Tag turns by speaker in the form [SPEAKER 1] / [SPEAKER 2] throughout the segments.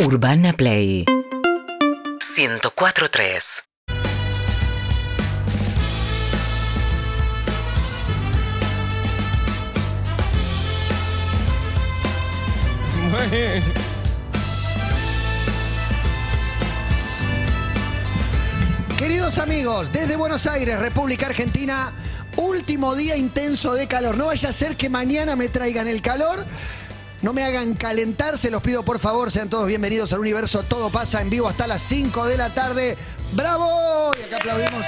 [SPEAKER 1] Urbana Play 104.3
[SPEAKER 2] Queridos amigos, desde Buenos Aires, República Argentina, último día intenso de calor. No vaya a ser que mañana me traigan el calor. No me hagan calentar, se los pido por favor, sean todos bienvenidos al universo. Todo pasa en vivo hasta las 5 de la tarde. ¡Bravo! Y acá aplaudimos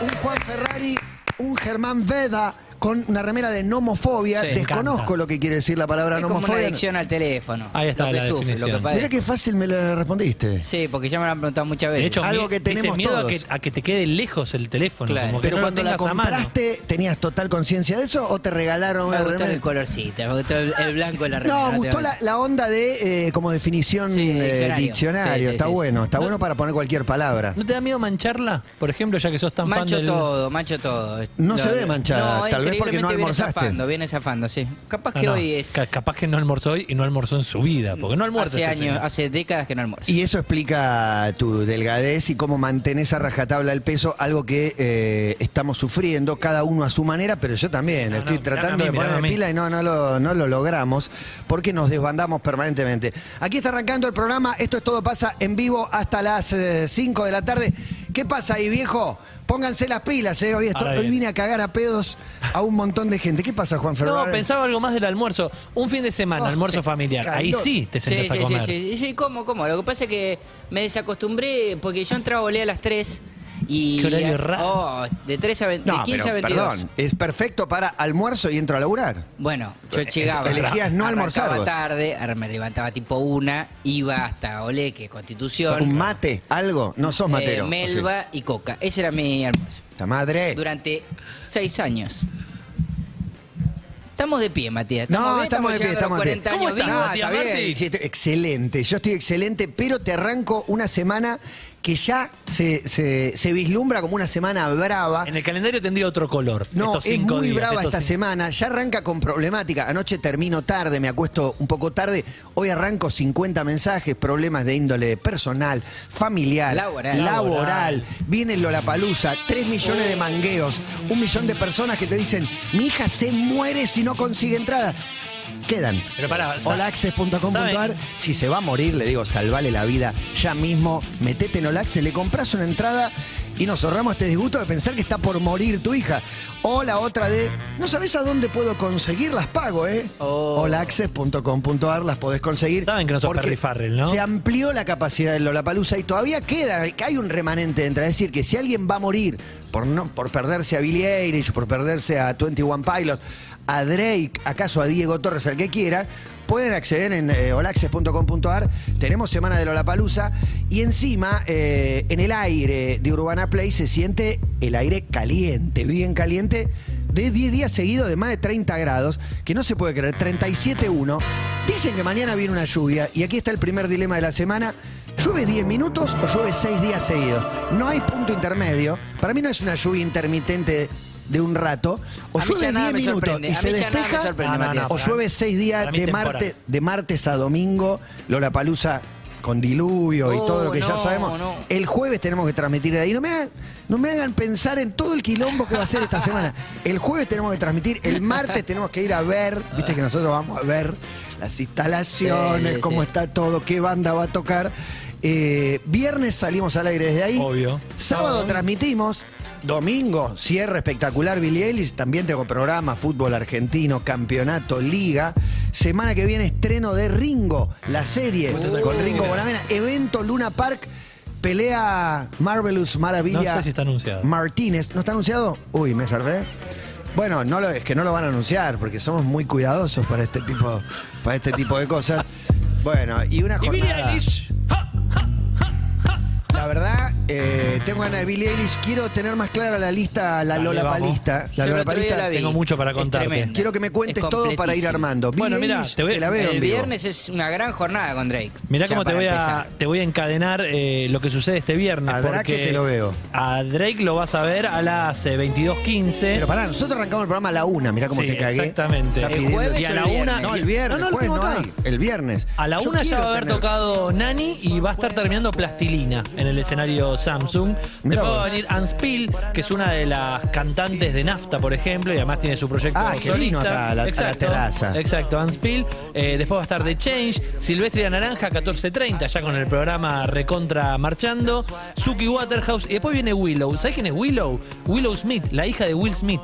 [SPEAKER 2] un Juan Ferrari, un Germán Veda con una remera de nomofobia.
[SPEAKER 3] Sí, me
[SPEAKER 2] Desconozco
[SPEAKER 4] encanta.
[SPEAKER 2] lo que quiere decir la palabra
[SPEAKER 3] Es como una
[SPEAKER 2] nomofobia.
[SPEAKER 3] adicción al teléfono.
[SPEAKER 4] Ahí está
[SPEAKER 3] lo que
[SPEAKER 4] la
[SPEAKER 3] sufre,
[SPEAKER 4] definición.
[SPEAKER 3] Lo que padece.
[SPEAKER 2] Mira qué fácil me la respondiste.
[SPEAKER 3] Sí, porque ya me lo han preguntado muchas veces.
[SPEAKER 4] De hecho,
[SPEAKER 2] Algo
[SPEAKER 4] mi-
[SPEAKER 2] que
[SPEAKER 4] dice
[SPEAKER 2] tenemos
[SPEAKER 4] miedo a
[SPEAKER 2] todos.
[SPEAKER 4] que, a que te quede lejos el teléfono.
[SPEAKER 3] Claro.
[SPEAKER 4] Como que
[SPEAKER 2] Pero
[SPEAKER 4] no lo
[SPEAKER 2] cuando la
[SPEAKER 4] tengas a mano.
[SPEAKER 2] compraste, ¿tenías total conciencia de eso o te regalaron
[SPEAKER 3] me
[SPEAKER 2] una
[SPEAKER 3] gustó el
[SPEAKER 2] remera?
[SPEAKER 3] colorcito, me gustó el, el blanco de la remera.
[SPEAKER 2] No, gustó
[SPEAKER 3] te-
[SPEAKER 2] la, la onda de eh, como definición
[SPEAKER 3] Sí,
[SPEAKER 2] eh, diccionario.
[SPEAKER 3] diccionario. Sí, sí,
[SPEAKER 2] está
[SPEAKER 3] sí, sí.
[SPEAKER 2] bueno, está bueno para poner cualquier palabra.
[SPEAKER 4] ¿No te da miedo mancharla? Por ejemplo, ya que sos tan fan
[SPEAKER 3] Mancho
[SPEAKER 4] del...
[SPEAKER 3] todo, mancho todo.
[SPEAKER 2] No
[SPEAKER 3] Lo-
[SPEAKER 2] se ve manchada,
[SPEAKER 3] No,
[SPEAKER 2] tal vez porque no
[SPEAKER 3] increíblemente
[SPEAKER 2] almorzaste.
[SPEAKER 3] Viene zafando, viene zafando, sí. Capaz
[SPEAKER 4] No,
[SPEAKER 3] que
[SPEAKER 4] Ah, no,
[SPEAKER 3] hoy es...
[SPEAKER 4] ca- capaz que no almorzó hoy y no almorzó en su vida, porque no almuerza.
[SPEAKER 3] hace
[SPEAKER 4] este
[SPEAKER 3] años,
[SPEAKER 4] señor.
[SPEAKER 3] hace décadas que no almuerzo.
[SPEAKER 2] Y eso explica tu delgadez y cómo mantenés a rajatabla el peso, algo que eh, estamos sufriendo, cada uno a su manera, pero yo también.
[SPEAKER 4] No, no,
[SPEAKER 2] Estoy
[SPEAKER 4] mirame a
[SPEAKER 2] tratando
[SPEAKER 4] mí,
[SPEAKER 2] de
[SPEAKER 4] mirame
[SPEAKER 2] ponerme
[SPEAKER 4] a mí.
[SPEAKER 2] pila y no, no, lo, no lo logramos porque nos desbandamos permanentemente. Aquí está arrancando el programa, esto es todo pasa en vivo hasta las 5 de la tarde. ¿Qué pasa ahí, viejo? Pónganse las pilas, ¿eh? Hoy, estoy-
[SPEAKER 4] Ahora
[SPEAKER 2] hoy
[SPEAKER 4] viene.
[SPEAKER 2] vine a cagar a pedos a un montón de gente. ¿Qué pasa, Juan Ferrari?
[SPEAKER 4] No, pensaba algo más del almuerzo. Un fin de semana,
[SPEAKER 2] Oh,
[SPEAKER 4] almuerzo
[SPEAKER 2] sí,
[SPEAKER 4] familiar. Ahí
[SPEAKER 2] calor.
[SPEAKER 4] sí te sentás
[SPEAKER 3] sí,
[SPEAKER 4] este a comer.
[SPEAKER 3] Sí, sí, sí, sí, ¿cómo, cómo? Lo que pasa es que me desacostumbré porque yo entraba a volé a las 3 y...
[SPEAKER 4] Qué horario raro.
[SPEAKER 3] Oh, de 3 a 20,
[SPEAKER 2] No,
[SPEAKER 3] de 15
[SPEAKER 2] pero,
[SPEAKER 3] a 22.
[SPEAKER 2] perdón, es perfecto para almuerzo y entro a laburar.
[SPEAKER 3] Bueno, yo llegaba.
[SPEAKER 2] Eh, elegías no almorzar vos.
[SPEAKER 3] arrancaba tarde, ahora me levantaba tipo una, iba hasta Oleque, Constitución.
[SPEAKER 2] Un mate, algo, no sos
[SPEAKER 3] eh,
[SPEAKER 2] matero. ¿o sí? Eh.
[SPEAKER 3] Melba y Coca. Ese era mi almuerzo.
[SPEAKER 2] La madre.
[SPEAKER 3] Durante seis años. Estamos de pie, Matías.
[SPEAKER 2] No, estamos de pie,
[SPEAKER 3] llegando a
[SPEAKER 2] estamos
[SPEAKER 3] los
[SPEAKER 2] de pie.
[SPEAKER 3] 40
[SPEAKER 4] ¿Cómo
[SPEAKER 3] años
[SPEAKER 4] estás,
[SPEAKER 3] vivos.
[SPEAKER 2] Ah,
[SPEAKER 4] Matías
[SPEAKER 2] está bien.
[SPEAKER 4] Martí.
[SPEAKER 2] Sí, estoy excelente, yo estoy excelente, pero te arranco una semana que ya se, se- se vislumbra como una semana brava.
[SPEAKER 4] En el calendario tendría otro color.
[SPEAKER 2] No,
[SPEAKER 4] estos
[SPEAKER 2] es
[SPEAKER 4] cinco
[SPEAKER 2] muy
[SPEAKER 4] días,
[SPEAKER 2] brava
[SPEAKER 4] estos
[SPEAKER 2] esta
[SPEAKER 4] cinco-
[SPEAKER 2] semana, ya arranca con problemática. Anoche termino tarde, me acuesto un poco tarde. Hoy arranco 50 mensajes, problemas de índole personal, familiar,
[SPEAKER 3] Laboral.
[SPEAKER 2] laboral. Viene Lollapalooza, 3 millones de mangueos, un millón de personas que te dicen, mi hija se muere si no consigue entrada. Quedan.
[SPEAKER 4] Pero pará, sa-
[SPEAKER 2] Holaxes.com.ar
[SPEAKER 4] ¿saben?
[SPEAKER 2] Si se va a morir, le digo, salvale la vida ya mismo. Metete en Olaxes, le compras una entrada y nos ahorramos este disgusto de pensar que está por morir tu hija. O la otra de, no sabes a dónde puedo conseguir, las pago, ¿eh?
[SPEAKER 3] Oh.
[SPEAKER 2] Olaxes.com.ar las podés conseguir.
[SPEAKER 4] Saben que no sos
[SPEAKER 2] porque
[SPEAKER 4] Perry Farrell, ¿no?
[SPEAKER 2] Se amplió la capacidad de Lollapalooza y todavía queda, hay un remanente dentro. Es decir, que si alguien va a morir por, no, por perderse a Billie Eilish, por perderse a 21 Pilot, a Drake, acaso a Diego Torres, al que quiera, pueden acceder en eh, olaxes.com.ar. Tenemos Semana de Lollapalooza y encima, eh, en el aire de Urbana Play se siente el aire caliente, bien caliente, de 10 días seguidos de más de 30 grados, que no se puede creer, 37.1. Dicen que mañana viene una lluvia y aquí está el primer dilema de la semana. ¿Llueve 10 minutos o llueve 6 días seguidos? No hay punto intermedio. Para mí no es una lluvia intermitente de un rato. O
[SPEAKER 3] A mí
[SPEAKER 2] llueve
[SPEAKER 3] ya nada
[SPEAKER 2] 10
[SPEAKER 3] me
[SPEAKER 2] minutos
[SPEAKER 3] sorprende,
[SPEAKER 2] y
[SPEAKER 3] a
[SPEAKER 2] se
[SPEAKER 3] mí ya nada me
[SPEAKER 2] despeja.
[SPEAKER 4] No,
[SPEAKER 3] sorprende,
[SPEAKER 4] no, no,
[SPEAKER 3] Matías.
[SPEAKER 2] O llueve seis días
[SPEAKER 4] Para mí
[SPEAKER 2] de
[SPEAKER 4] temporal.
[SPEAKER 2] martes, de martes a domingo, Lollapalooza con diluvio y
[SPEAKER 3] Oh,
[SPEAKER 2] todo lo que ya
[SPEAKER 3] no,
[SPEAKER 2] sabemos.
[SPEAKER 3] no.
[SPEAKER 2] El jueves tenemos que transmitir de ahí. No me, hagan, no me hagan pensar en todo el quilombo que va a ser esta semana. El jueves tenemos que transmitir, el martes tenemos que ir a ver, viste que nosotros vamos a ver las instalaciones,
[SPEAKER 3] Sí,
[SPEAKER 2] cómo
[SPEAKER 3] sí.
[SPEAKER 2] está todo, qué banda va a tocar. Eh, viernes salimos al aire desde ahí.
[SPEAKER 4] Obvio.
[SPEAKER 2] Sábado
[SPEAKER 4] No.
[SPEAKER 2] transmitimos. Domingo, cierre espectacular, Billy Ellis. También tengo programa, fútbol argentino, campeonato, liga. Semana que viene estreno de Ringo, la serie con Ringo Bonavena. Evento Luna Park, pelea Marvelous Maravilla.
[SPEAKER 4] No sé si está anunciado.
[SPEAKER 2] Martínez, ¿no está anunciado? Uy, me cerré. Bueno, no lo, es que no lo van a anunciar porque somos muy cuidadosos para este tipo, para este tipo de cosas. Bueno, y una
[SPEAKER 4] Y Billie
[SPEAKER 2] jornada.
[SPEAKER 4] Eilish. ¡Ja!
[SPEAKER 2] La verdad, Eh, tengo ganas de Billie Eilish. Quiero tener más clara la lista, la
[SPEAKER 4] Dale,
[SPEAKER 2] Lola
[SPEAKER 4] vamos.
[SPEAKER 2] Palista.
[SPEAKER 3] Yo
[SPEAKER 2] La
[SPEAKER 3] el
[SPEAKER 2] Lola
[SPEAKER 3] otro día
[SPEAKER 2] Palista.
[SPEAKER 3] la vi.
[SPEAKER 4] Tengo mucho para
[SPEAKER 3] Es
[SPEAKER 4] contarte.
[SPEAKER 3] tremenda.
[SPEAKER 2] Quiero que me cuentes
[SPEAKER 3] Es
[SPEAKER 2] todo para ir
[SPEAKER 3] completísimo.
[SPEAKER 2] armando. Billie
[SPEAKER 4] Bueno, mirá,
[SPEAKER 2] Eilish,
[SPEAKER 4] te voy-
[SPEAKER 2] la veo
[SPEAKER 3] El
[SPEAKER 2] en vivo.
[SPEAKER 3] viernes es una gran jornada con Drake.
[SPEAKER 4] Mirá
[SPEAKER 3] O sea,
[SPEAKER 4] cómo te
[SPEAKER 3] para
[SPEAKER 4] voy, a,
[SPEAKER 3] empezar.
[SPEAKER 4] te voy a encadenar eh, lo que sucede este viernes.
[SPEAKER 2] A Drake
[SPEAKER 4] porque
[SPEAKER 2] te lo veo.
[SPEAKER 4] A Drake lo vas a ver a las eh, 22.15.
[SPEAKER 2] Pero pará, nosotros arrancamos el programa a la una, mirá cómo
[SPEAKER 4] Sí,
[SPEAKER 2] te cagué.
[SPEAKER 4] exactamente.
[SPEAKER 2] Ya
[SPEAKER 4] ¿El
[SPEAKER 2] pidiendo
[SPEAKER 3] jueves
[SPEAKER 2] tiempo.
[SPEAKER 3] o el viernes?
[SPEAKER 2] No, el
[SPEAKER 4] No,
[SPEAKER 2] viernes,
[SPEAKER 4] no,
[SPEAKER 2] no,
[SPEAKER 4] lo tengo
[SPEAKER 2] no hay.
[SPEAKER 4] acá.
[SPEAKER 2] El viernes.
[SPEAKER 4] A la
[SPEAKER 2] Yo
[SPEAKER 4] una ya
[SPEAKER 2] quiero
[SPEAKER 4] va a haber
[SPEAKER 2] tener-
[SPEAKER 4] tocado Nani y va a estar terminando Plastilina en el escenario Samsung.
[SPEAKER 2] Mirá
[SPEAKER 4] Después va a
[SPEAKER 2] vos.
[SPEAKER 4] venir Anspil, que es una de las cantantes de Nafta, por ejemplo, y además tiene su proyecto
[SPEAKER 2] Ah, que vino acá a la- a la terraza.
[SPEAKER 4] Exacto, Anspil. después va a estar The Change, Silvestria Naranja, 14.30, ya con el programa Recontra Marchando, Suki Waterhouse, y después viene Willow. ¿Sabés quién es Willow? Willow Smith, la hija de Will Smith.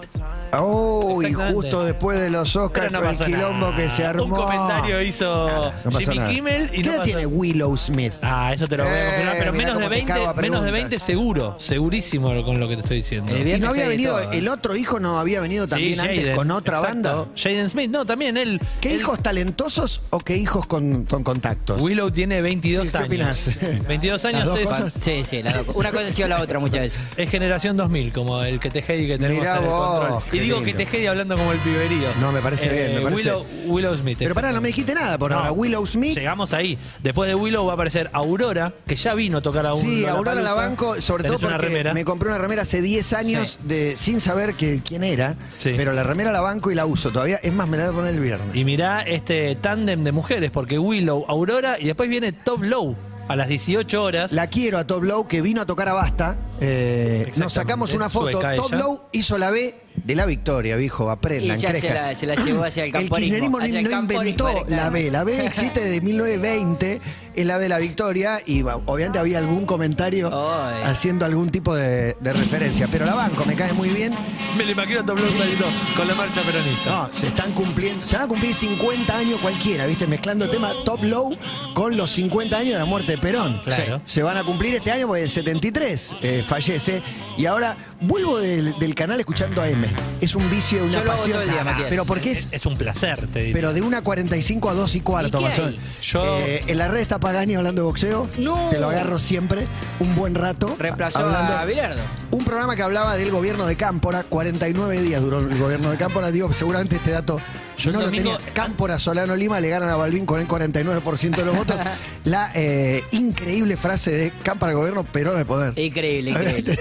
[SPEAKER 2] Oh, y
[SPEAKER 4] Exactamente.
[SPEAKER 2] justo después de los Oscars,
[SPEAKER 4] Pero no
[SPEAKER 2] con el
[SPEAKER 4] pasó
[SPEAKER 2] quilombo
[SPEAKER 4] nada.
[SPEAKER 2] que se armó.
[SPEAKER 4] Un comentario hizo
[SPEAKER 2] No pasó
[SPEAKER 4] Jimmy
[SPEAKER 2] nada.
[SPEAKER 4] Kimmel y
[SPEAKER 2] ¿Qué
[SPEAKER 4] no
[SPEAKER 2] edad
[SPEAKER 4] pasó-
[SPEAKER 2] tiene Willow Smith?
[SPEAKER 4] Ah, eso te lo voy a
[SPEAKER 2] Eh,
[SPEAKER 4] confirmar, pero
[SPEAKER 2] mirá
[SPEAKER 4] menos de,
[SPEAKER 2] cómo te
[SPEAKER 4] 20,
[SPEAKER 2] cago a
[SPEAKER 4] menos de
[SPEAKER 2] preguntas.
[SPEAKER 4] 20 seguro, segurísimo lo- con lo que te estoy diciendo.
[SPEAKER 3] El
[SPEAKER 4] Sí,
[SPEAKER 2] ¿Y no
[SPEAKER 3] viernes
[SPEAKER 2] había
[SPEAKER 3] hay de
[SPEAKER 2] venido,
[SPEAKER 3] todo, ¿eh?
[SPEAKER 2] el otro hijo no había venido también antes
[SPEAKER 4] Jaden,
[SPEAKER 2] con otra
[SPEAKER 4] exacto.
[SPEAKER 2] banda?
[SPEAKER 4] Jaden Smith, no, también él.
[SPEAKER 2] ¿Qué
[SPEAKER 4] él-
[SPEAKER 2] hijos talentosos o qué hijos con, con contactos?
[SPEAKER 4] Willow tiene 22
[SPEAKER 2] Sí, ¿qué
[SPEAKER 4] años.
[SPEAKER 2] opinás?
[SPEAKER 4] 22
[SPEAKER 2] Las
[SPEAKER 4] años
[SPEAKER 2] dos
[SPEAKER 4] es,
[SPEAKER 2] cosas.
[SPEAKER 3] Sí, sí, las dos. Una cosa ha sido la otra muchas veces.
[SPEAKER 4] es generación 2000, como el que te Heidi que tenemos
[SPEAKER 2] Mirá
[SPEAKER 4] en el
[SPEAKER 2] vos,
[SPEAKER 4] control.
[SPEAKER 2] qué
[SPEAKER 4] Y digo que
[SPEAKER 2] lindo.
[SPEAKER 4] te Heidi hablando como el piberío. Eh,
[SPEAKER 2] No, me parece bien, me parece-
[SPEAKER 4] Willow, Willow Smith.
[SPEAKER 2] Pero pará, no me dijiste nada por
[SPEAKER 4] No.
[SPEAKER 2] ahora. Willow Smith.
[SPEAKER 4] Llegamos ahí. Después de Willow va a aparecer Aurora, que ya vino a tocar a un
[SPEAKER 2] Sí, Aurora la
[SPEAKER 4] Lollapalooza.
[SPEAKER 2] banco, sobre todo
[SPEAKER 4] Tenés una
[SPEAKER 2] porque
[SPEAKER 4] remera.
[SPEAKER 2] me compré una remera hace 10 años de, sin saber que, quién era,
[SPEAKER 4] Sí.
[SPEAKER 2] pero la remera la banco y la uso todavía. Es más, me la voy a poner el viernes.
[SPEAKER 4] Y mirá este tándem de mujeres, porque Willow, Aurora y después viene Top Low a las 18 horas.
[SPEAKER 2] La quiero a Top Low, que vino a tocar a Basta. Eh,
[SPEAKER 4] Exactamente.
[SPEAKER 2] nos sacamos una foto.
[SPEAKER 4] Sueca
[SPEAKER 2] Top
[SPEAKER 4] ella.
[SPEAKER 2] Low hizo la B de la victoria, viejo.
[SPEAKER 3] Y
[SPEAKER 2] Aprendan,
[SPEAKER 3] ya se
[SPEAKER 2] crezcan.
[SPEAKER 3] la, se la llevó hacia el
[SPEAKER 2] El
[SPEAKER 3] camporismo.
[SPEAKER 2] kirchnerismo no,
[SPEAKER 3] hacia el
[SPEAKER 2] no
[SPEAKER 3] camporismo
[SPEAKER 2] inventó la B.
[SPEAKER 3] directamente.
[SPEAKER 2] La B existe desde 1920, es la B de la victoria, y va- obviamente había algún comentario
[SPEAKER 3] Ay.
[SPEAKER 2] haciendo algún tipo de, de referencia. Pero la banco me cae muy bien.
[SPEAKER 4] Me le imagino a Top Low saliendo con la marcha peronista.
[SPEAKER 2] No, se están cumpliendo, se van a cumplir 50 años cualquiera, ¿viste? Mezclando tema top low con los 50 años de la muerte de Perón.
[SPEAKER 4] Claro.
[SPEAKER 2] Se van a cumplir este año porque el 73 eh, fallece. Y ahora vuelvo del, del canal escuchando a M. Es un vicio, una
[SPEAKER 3] Yo lo hago
[SPEAKER 2] pasión.
[SPEAKER 3] todo el día, Matías.
[SPEAKER 2] pero porque es
[SPEAKER 4] Es, es un placer, te diría.
[SPEAKER 2] Pero de 1.45 a 2 y cuarto,
[SPEAKER 3] ¿Y qué
[SPEAKER 2] más o
[SPEAKER 3] hay?
[SPEAKER 2] menos.
[SPEAKER 4] Yo-
[SPEAKER 2] Eh, en la red está Pagani hablando de boxeo.
[SPEAKER 3] No.
[SPEAKER 2] Te lo agarro siempre. Un buen rato.
[SPEAKER 3] Reemplazó
[SPEAKER 2] hablando.
[SPEAKER 3] a Bilardo.
[SPEAKER 2] Un programa que hablaba del gobierno de Cámpora. 49 días duró el gobierno de Cámpora. Digo, seguramente este dato
[SPEAKER 4] Yo el
[SPEAKER 2] no
[SPEAKER 4] domingo-
[SPEAKER 2] lo tenía. Cámpora, Solano, Lima le ganan a Balvin con el 49% de los votos. la eh, increíble frase de Cámpora al gobierno, Perón al poder. Este,
[SPEAKER 3] Increíble, increíble.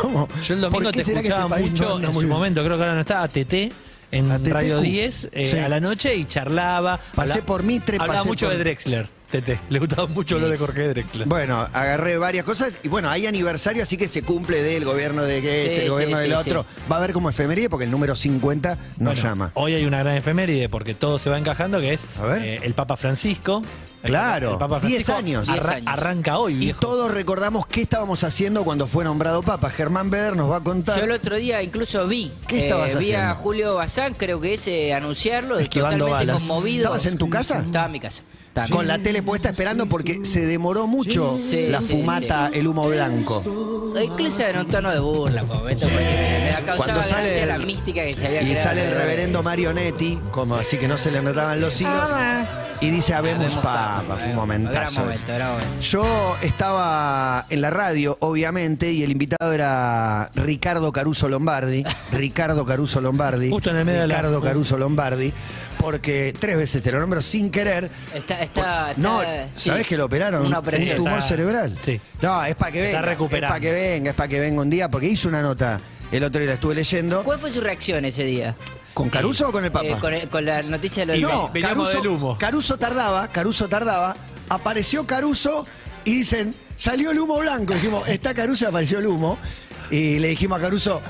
[SPEAKER 2] ¿Cómo?
[SPEAKER 4] Yo el
[SPEAKER 2] ¿Por
[SPEAKER 4] domingo
[SPEAKER 2] qué
[SPEAKER 4] te
[SPEAKER 2] será que este
[SPEAKER 4] escuchaba
[SPEAKER 2] país no
[SPEAKER 4] mucho
[SPEAKER 2] anda
[SPEAKER 4] en
[SPEAKER 2] muy
[SPEAKER 4] su
[SPEAKER 2] bien?
[SPEAKER 4] momento, creo que ahora no está, ATT. En
[SPEAKER 2] ATT,
[SPEAKER 4] Radio
[SPEAKER 2] Q.
[SPEAKER 4] 10 eh,
[SPEAKER 2] uh, Sí.
[SPEAKER 4] a la noche y charlaba.
[SPEAKER 2] Pasé
[SPEAKER 4] habla-
[SPEAKER 2] por Mitre,
[SPEAKER 4] Hablaba
[SPEAKER 2] pasé
[SPEAKER 4] mucho
[SPEAKER 2] por-
[SPEAKER 4] de Drexler, TT. Le gustaba mucho lo de Jorge Drexler.
[SPEAKER 2] Bueno, agarré varias cosas y bueno, hay aniversario, así que se cumple del gobierno de que este,
[SPEAKER 3] Sí,
[SPEAKER 2] el gobierno
[SPEAKER 3] sí,
[SPEAKER 2] del
[SPEAKER 3] sí,
[SPEAKER 2] otro. Va a haber como efemería porque el número 50 nos
[SPEAKER 4] Bueno,
[SPEAKER 2] llama.
[SPEAKER 4] Hoy hay una gran efeméride porque todo se va encajando, que es
[SPEAKER 2] A ver.
[SPEAKER 4] eh, el Papa Francisco. El-
[SPEAKER 2] Claro,
[SPEAKER 4] el Papa
[SPEAKER 2] 10
[SPEAKER 4] Francisco
[SPEAKER 2] años.
[SPEAKER 4] arra-
[SPEAKER 3] 10 años.
[SPEAKER 4] Arranca hoy,
[SPEAKER 2] Y
[SPEAKER 4] viejo.
[SPEAKER 2] todos recordamos qué estábamos haciendo cuando fue nombrado Papa. Germán Beder nos va a contar.
[SPEAKER 3] Yo el otro día incluso vi. eh,
[SPEAKER 2] ¿Qué estabas
[SPEAKER 3] vi
[SPEAKER 2] haciendo?
[SPEAKER 3] a Julio Bazán, creo que ese, anunciarlo.
[SPEAKER 2] Esquivando
[SPEAKER 3] totalmente
[SPEAKER 2] balas.
[SPEAKER 3] conmovido.
[SPEAKER 2] ¿Estabas en tu casa?
[SPEAKER 3] Estaba en mi casa. Estaba en mi
[SPEAKER 2] Con la tele puesta esperando porque se demoró mucho
[SPEAKER 3] Sí,
[SPEAKER 2] la
[SPEAKER 3] sí,
[SPEAKER 2] fumata, el humo blanco.
[SPEAKER 3] Iglesia Eh, en un tono de burla, po, Beto, porque me, me causaba
[SPEAKER 2] Cuando sale
[SPEAKER 3] gracia
[SPEAKER 2] el-
[SPEAKER 3] la mística que se había
[SPEAKER 2] Y
[SPEAKER 3] creado
[SPEAKER 2] sale el
[SPEAKER 3] alrededor de-
[SPEAKER 2] reverendo Marionetti, como así que no se le notaban los hilos. Y dice, habemos
[SPEAKER 3] Ah, Habemos
[SPEAKER 2] papa, fue un
[SPEAKER 3] Gran
[SPEAKER 2] momentazo. ese.
[SPEAKER 3] momento, gran momento.
[SPEAKER 2] Yo estaba en la radio, obviamente, y el invitado era Ricardo Caruso Lombardi. Ricardo Caruso Lombardi.
[SPEAKER 4] Justo en el medio de la-
[SPEAKER 2] Ricardo Caruso Lombardi. Porque tres veces te lo nombro sin querer.
[SPEAKER 3] Está, está, está-
[SPEAKER 2] No,
[SPEAKER 3] sí.
[SPEAKER 2] ¿sabés que lo operaron?
[SPEAKER 3] Una
[SPEAKER 2] un
[SPEAKER 4] Sí,
[SPEAKER 3] operación.
[SPEAKER 2] tumor
[SPEAKER 4] está-
[SPEAKER 2] cerebral.
[SPEAKER 4] sí.
[SPEAKER 2] No, es para que
[SPEAKER 4] Está
[SPEAKER 2] venga. es
[SPEAKER 4] recuperando.
[SPEAKER 2] para que venga, es para que venga un día, porque hizo una nota. El otro día la estuve leyendo.
[SPEAKER 3] ¿Cuál fue su reacción ese día?
[SPEAKER 2] ¿Con Caruso o con el Papa?
[SPEAKER 3] Eh, con, el- con la noticia de lo del
[SPEAKER 4] No.
[SPEAKER 3] Papa.
[SPEAKER 4] veníamos del humo.
[SPEAKER 2] Caruso tardaba, Caruso tardaba, apareció Caruso y dicen, salió el humo blanco. Dijimos, está Caruso y apareció el humo. Y le dijimos a Caruso,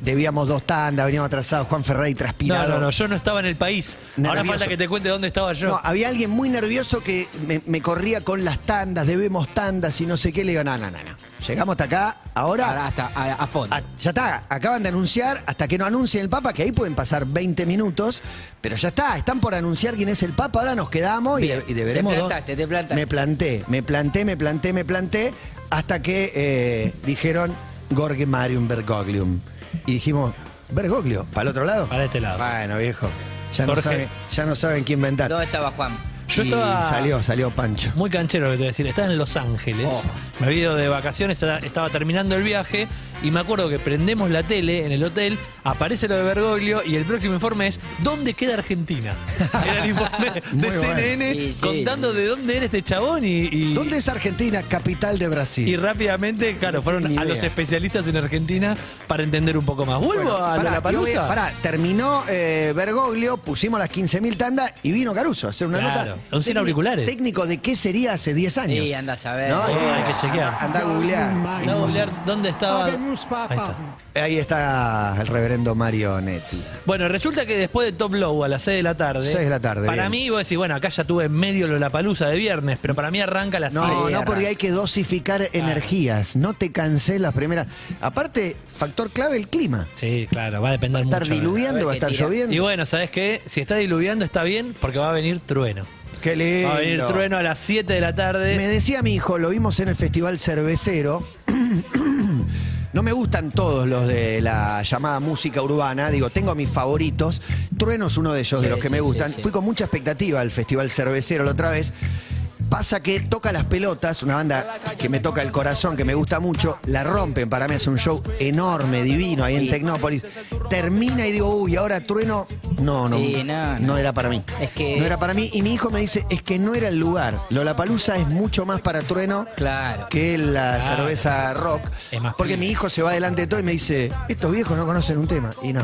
[SPEAKER 2] debíamos dos tandas, veníamos atrasados, Juan Ferrey
[SPEAKER 4] No,
[SPEAKER 2] transpirado.
[SPEAKER 4] no, no, yo no estaba en el país. Ahora
[SPEAKER 2] Nervioso.
[SPEAKER 4] falta que te cuente dónde estaba yo.
[SPEAKER 2] No, había alguien muy nervioso que me, me corría con las tandas, debemos tandas y no sé qué. Le digo, no, no, no, no. Llegamos hasta acá,
[SPEAKER 3] Ahora
[SPEAKER 2] ahora.
[SPEAKER 3] Ah, hasta a, a fondo.
[SPEAKER 2] a- ya está, acaban de anunciar, hasta que no anuncien el Papa, que ahí pueden pasar 20 minutos, pero ya está, están por anunciar quién es el Papa, ahora nos quedamos y,
[SPEAKER 3] Bien.
[SPEAKER 2] y deberemos.
[SPEAKER 3] Te
[SPEAKER 2] dos-
[SPEAKER 3] plantaste, te plantaste.
[SPEAKER 2] Me planté, me planté, me planté, me planté, hasta que eh, dijeron Gorge Marium Bergoglium. Y dijimos, Bergoglio, ¿para el otro lado?
[SPEAKER 4] Para este lado.
[SPEAKER 2] Bueno, viejo, ya no,
[SPEAKER 4] Jorge.
[SPEAKER 2] saben, ya no saben quién inventar.
[SPEAKER 3] ¿Dónde estaba Juan?
[SPEAKER 4] Yo
[SPEAKER 2] y
[SPEAKER 4] estaba-
[SPEAKER 2] salió, salió Pancho.
[SPEAKER 4] Muy canchero lo que te voy a decir. Estaba en Los Ángeles.
[SPEAKER 2] Oh.
[SPEAKER 4] Me había ido de vacaciones, estaba, estaba terminando el viaje y me acuerdo que prendemos la tele en el hotel, aparece lo de Bergoglio y el próximo informe es ¿Dónde queda Argentina? Era el informe
[SPEAKER 2] Muy
[SPEAKER 4] de
[SPEAKER 2] bueno.
[SPEAKER 4] CNN
[SPEAKER 3] Sí, sí.
[SPEAKER 4] contando de dónde era este chabón y... y-
[SPEAKER 2] ¿Dónde es Argentina, capital de Brasil?
[SPEAKER 4] y rápidamente, claro,
[SPEAKER 2] tengo
[SPEAKER 4] fueron
[SPEAKER 2] ni
[SPEAKER 4] a los
[SPEAKER 2] idea.
[SPEAKER 4] especialistas en Argentina para entender un poco más. Vuelvo
[SPEAKER 2] Bueno,
[SPEAKER 4] a
[SPEAKER 2] pará,
[SPEAKER 4] la
[SPEAKER 2] yo voy-
[SPEAKER 4] palusa.
[SPEAKER 2] pará, terminó eh, Bergoglio, pusimos las 15.000 tandas y vino Caruso a hacer una
[SPEAKER 4] Claro,
[SPEAKER 2] nota.
[SPEAKER 4] aún sin
[SPEAKER 2] técnico-
[SPEAKER 4] auriculares. Oh,
[SPEAKER 2] Técnico de qué sería hace 10 años.
[SPEAKER 3] Sí, anda a saber.
[SPEAKER 2] ¿No?
[SPEAKER 3] Sí,
[SPEAKER 2] Eh,
[SPEAKER 4] hay que chequear.
[SPEAKER 2] Anda a googlear.
[SPEAKER 4] Andá a googlear dónde estaba. Ahí está.
[SPEAKER 2] Ahí está el reverendo Mario Netti.
[SPEAKER 4] Bueno, resulta que después de Top Low a las 6 de la tarde.
[SPEAKER 2] Seis de la tarde,
[SPEAKER 4] Para
[SPEAKER 2] bien.
[SPEAKER 4] mí, vos decís, bueno, acá ya tuve medio la palusa de viernes, pero para mí arranca a las 6.
[SPEAKER 2] No,
[SPEAKER 3] Sí, Ah.
[SPEAKER 2] no,
[SPEAKER 3] arranca.
[SPEAKER 2] porque hay que dosificar energías. No te cansé las primeras. Aparte, factor clave el clima.
[SPEAKER 4] Sí, claro, va a depender
[SPEAKER 2] Va a estar
[SPEAKER 4] mucho.
[SPEAKER 2] diluviando,
[SPEAKER 3] A ver
[SPEAKER 2] va a
[SPEAKER 3] qué
[SPEAKER 2] estar
[SPEAKER 3] tira.
[SPEAKER 2] lloviendo.
[SPEAKER 4] Y bueno, ¿sabés qué? Si está diluviando está bien porque va a venir trueno.
[SPEAKER 2] Qué lindo.
[SPEAKER 4] Va a venir trueno a las 7 de la tarde.
[SPEAKER 2] Me decía mi hijo, lo vimos en el Festival Cervecero. No me gustan todos los de la llamada música urbana, digo, tengo mis favoritos. Trueno es uno de ellos, de
[SPEAKER 3] Sí,
[SPEAKER 2] los que
[SPEAKER 3] sí,
[SPEAKER 2] me
[SPEAKER 3] sí,
[SPEAKER 2] gustan.
[SPEAKER 3] sí.
[SPEAKER 2] Fui con mucha expectativa al Festival Cervecero la otra vez. Pasa que toca las pelotas, una banda que me toca el corazón, que me gusta mucho, la rompen para mí, hace un show enorme, divino, ahí en
[SPEAKER 3] Sí.
[SPEAKER 2] Tecnópolis. Termina y digo, uy, ahora Trueno, no, no,
[SPEAKER 3] Sí,
[SPEAKER 2] no,
[SPEAKER 3] no, no.
[SPEAKER 2] era para mí.
[SPEAKER 3] Es que-
[SPEAKER 2] No era para mí. Y mi hijo me dice, es que no era el lugar. Lollapalooza es mucho más para Trueno
[SPEAKER 3] Claro.
[SPEAKER 2] que la
[SPEAKER 4] Claro.
[SPEAKER 2] cerveza rock.
[SPEAKER 4] Es más
[SPEAKER 2] Porque
[SPEAKER 4] pibe.
[SPEAKER 2] mi hijo se va delante de todo y me dice, estos viejos no conocen un tema. Y no.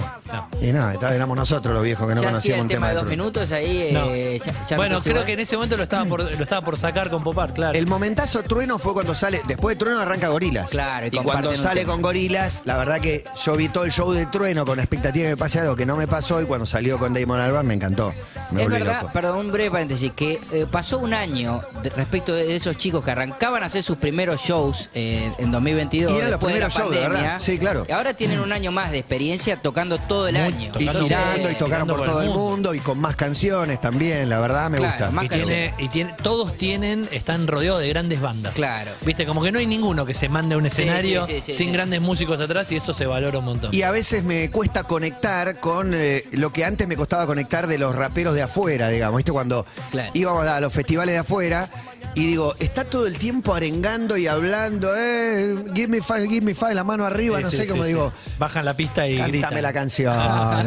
[SPEAKER 2] Y no, está- éramos nosotros los viejos que no
[SPEAKER 3] ya hacía
[SPEAKER 2] conocíamos
[SPEAKER 3] el
[SPEAKER 2] un
[SPEAKER 3] tema
[SPEAKER 2] tema
[SPEAKER 3] de dos
[SPEAKER 2] Trueno.
[SPEAKER 3] minutos ahí. eh,
[SPEAKER 4] No.
[SPEAKER 3] ya- ya
[SPEAKER 4] bueno,
[SPEAKER 3] empezó
[SPEAKER 4] creo
[SPEAKER 3] igual.
[SPEAKER 4] que en ese momento lo estaba por, lo estaba por sacar con Popar, claro.
[SPEAKER 2] El momentazo trueno fue cuando sale, después de trueno arranca Gorilas.
[SPEAKER 3] Claro, y
[SPEAKER 2] y cuando
[SPEAKER 3] comparten un
[SPEAKER 2] sale
[SPEAKER 3] tema.
[SPEAKER 2] con Gorilas, la verdad que yo vi todo el show de trueno con la expectativa de que me pase algo que no me pasó y cuando salió con Damon Albarn me encantó. Me
[SPEAKER 3] es
[SPEAKER 2] volví
[SPEAKER 3] verdad,
[SPEAKER 2] loco.
[SPEAKER 3] perdón, un breve paréntesis, que eh, pasó un año de- respecto de esos chicos que arrancaban a hacer sus primeros shows eh, en 2022.
[SPEAKER 2] Y eran los
[SPEAKER 3] después
[SPEAKER 2] primeros
[SPEAKER 3] de la
[SPEAKER 2] shows, de
[SPEAKER 3] pandemia,
[SPEAKER 2] verdad. Sí, claro.
[SPEAKER 3] Y ahora tienen un año más de experiencia tocando todo el año.
[SPEAKER 2] Y
[SPEAKER 4] Tocando
[SPEAKER 2] girando
[SPEAKER 4] por-
[SPEAKER 2] y tocaron por todo el mundo y con más canciones también, la verdad me
[SPEAKER 3] Claro,
[SPEAKER 2] gusta.
[SPEAKER 3] más
[SPEAKER 4] Y
[SPEAKER 3] Claro.
[SPEAKER 4] tiene, y tiene, todos tienen, están rodeados de grandes bandas.
[SPEAKER 3] Claro.
[SPEAKER 4] Viste, como que no hay ninguno que se mande a un escenario
[SPEAKER 3] sí, sí, sí,
[SPEAKER 4] sin
[SPEAKER 3] sí.
[SPEAKER 4] grandes músicos atrás y eso se valora un montón.
[SPEAKER 2] Y a veces me cuesta conectar con eh, lo que antes me costaba conectar de los raperos de afuera, digamos. ¿Viste? Cuando
[SPEAKER 3] Claro.
[SPEAKER 2] íbamos a los festivales de afuera y digo, está todo el tiempo arengando y hablando, eh, give me five, give me five, la mano arriba,
[SPEAKER 4] Sí,
[SPEAKER 2] no
[SPEAKER 4] sí,
[SPEAKER 2] sé
[SPEAKER 4] sí,
[SPEAKER 2] cómo
[SPEAKER 4] sí.
[SPEAKER 2] digo.
[SPEAKER 4] Bajan la pista y
[SPEAKER 2] Cántame
[SPEAKER 4] gritan.
[SPEAKER 2] la canción,